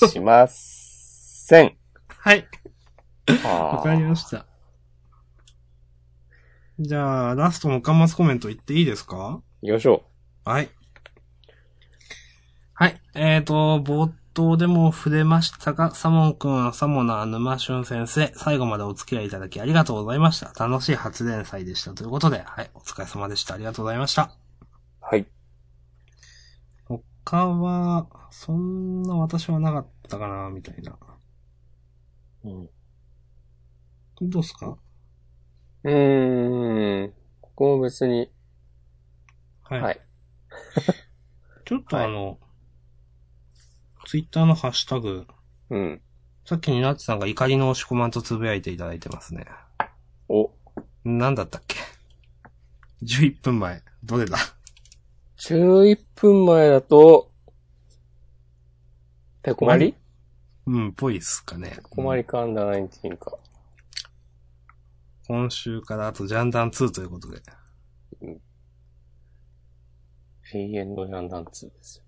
Speaker 1: しません。
Speaker 2: はい。
Speaker 1: わ
Speaker 2: わかりました。じゃあ、ラストの巻末コメント言っていいですか
Speaker 1: 行きましょ
Speaker 2: はい。はい。えーと、冒頭でも触れましたが、サモン君、サモナー、沼俊先生、最後までお付き合いいただきありがとうございました。楽しい発電祭でした。ということで、はい。お疲れ様でした。ありがとうございました。
Speaker 1: う。はい。
Speaker 2: 他は、そんな私はなかったかな、みたいな。
Speaker 1: うん。
Speaker 2: どうっすか
Speaker 1: ーん。ここも別に。
Speaker 2: はい。
Speaker 1: はい
Speaker 2: ちょっと
Speaker 1: はい
Speaker 2: あの、ツイッターのハッシュタグ、
Speaker 1: うん。
Speaker 2: さっきになってさんが怒りの押し込まんとつぶやいていただいてますね。
Speaker 1: お、
Speaker 2: なんだったっけ ?11 分前。どれだ
Speaker 1: 11分前だと、ペコマリ
Speaker 2: うん、ぽいっすかね。
Speaker 1: ペコマリかアンダーナインティーンか。
Speaker 2: 今週からあとジャンダン2ということで。
Speaker 1: 永遠のジャンダン2ですよ。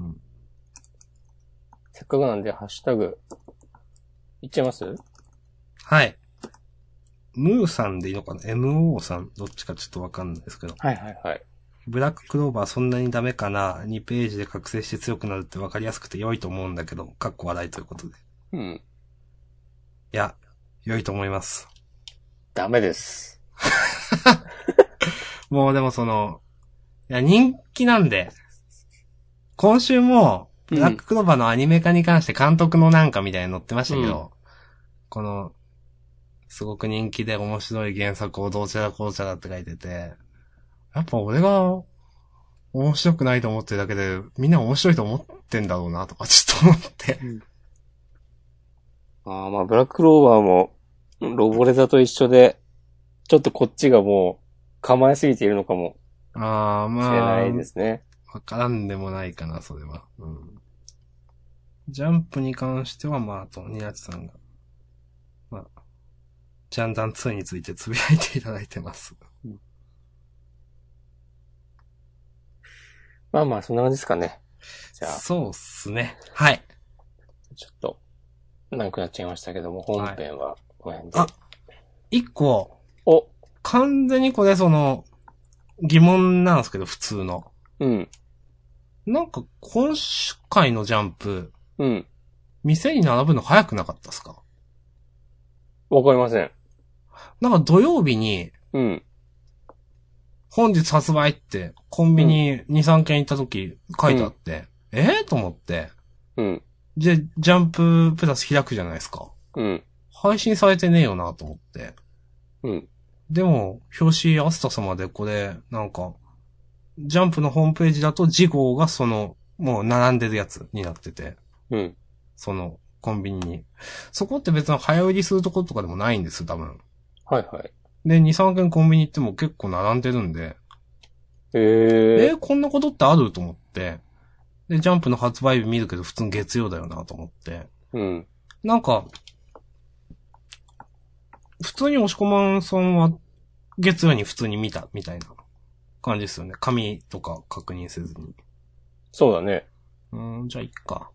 Speaker 2: うん
Speaker 1: せっかくなんで、ハッシュタグ、いっちゃいます
Speaker 2: はい。ムーさんでいいのかな ?MO さんどっちかちょっとわかんないですけど。
Speaker 1: はいはいはい。
Speaker 2: ブラッククローバーそんなにダメかな ?2 ページで覚醒して強くなるってわかりやすくて良いと思うんだけど、かっこ笑いということで。
Speaker 1: うん。
Speaker 2: いや、良いと思います。
Speaker 1: ダメです。
Speaker 2: もうでもその、いや、人気なんで、今週も、
Speaker 1: うん
Speaker 2: ブラッククローバーのアニメ化に関して監督のなんかみたいに載ってましたけど、この、すごく人気で面白い原作をどうちゃらこうちゃらって書いてて、やっぱ俺が面白くないと思ってるだけで、みんな面白いと思ってんだろうなとか ちょっと思って。
Speaker 1: ああ、まあ、ブラッククローバーも、ロボレザと一緒で、ちょっとこっちがもう、構えすぎているのかも
Speaker 2: ああ、
Speaker 1: しれ
Speaker 2: まあ、
Speaker 1: ないですね。
Speaker 2: わからんでもないかな、それは。うん。ジャンプに関しては、まあ、あと、ニラチさんが、まあ、ジャンダン2についてつぶやいていただいてます。
Speaker 1: まあまあ、そんな感じですかね。じゃあ、
Speaker 2: そうっすね。はい。
Speaker 1: ちょっと、長くなっちゃいましたけども、本編はこの辺で。
Speaker 2: あ一個、
Speaker 1: お、
Speaker 2: 完全にこれ、その、疑問なんですけど、普通の。
Speaker 1: うん、
Speaker 2: なんか、今回のジャンプ、
Speaker 1: うん、
Speaker 2: 店に並ぶの早くなかったですか
Speaker 1: わかりません。
Speaker 2: なんか土曜日に、
Speaker 1: うん、
Speaker 2: 本日発売って、コンビニ2、3軒行った時書いてあって、えー、と思って。
Speaker 1: うん、
Speaker 2: で、ジャンププラス開くじゃないですか。
Speaker 1: うん、
Speaker 2: 配信されてねえよなと思って。
Speaker 1: うん。
Speaker 2: でも、表紙アスタ様でこれ、なんか、ジャンプのホームページだと次号がその、もう並んでるやつになってて、
Speaker 1: うん。
Speaker 2: そのコンビニに。そこって別に早売りするとことかでもないんですよ、多分。
Speaker 1: はいはい。
Speaker 2: で、2、3軒コンビニ行っても結構並んでるんで、
Speaker 1: え
Speaker 2: え
Speaker 1: え
Speaker 2: ーこんなことってあると思って、で、ジャンプの発売日見るけど普通に月曜だよなと思って、
Speaker 1: うん。
Speaker 2: なんか、普通に押し込まんさんは月曜に普通に見たみたいな感じですよね。紙とか確認せずに。
Speaker 1: そうだね。
Speaker 2: うーん、じゃあいっか。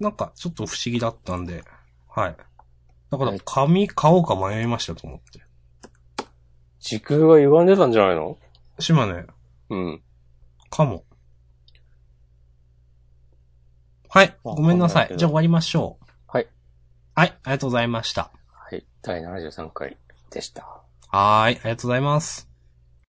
Speaker 2: なんか、ちょっと不思議だったんで、はい。だから
Speaker 1: はい、
Speaker 2: 紙買おうか迷いましたと思って。
Speaker 1: 時空が歪んでたんじゃないの
Speaker 2: 島根、
Speaker 1: うん。
Speaker 2: かも。はい、
Speaker 1: あ
Speaker 2: ごめんな
Speaker 1: わかん
Speaker 2: さ
Speaker 1: ないけ
Speaker 2: い。
Speaker 1: ど
Speaker 2: じゃあ終わりましょう。
Speaker 1: はい。
Speaker 2: はい、ありがとうございました。
Speaker 1: はい。第73回でした。
Speaker 2: はーい、ありがとうございます。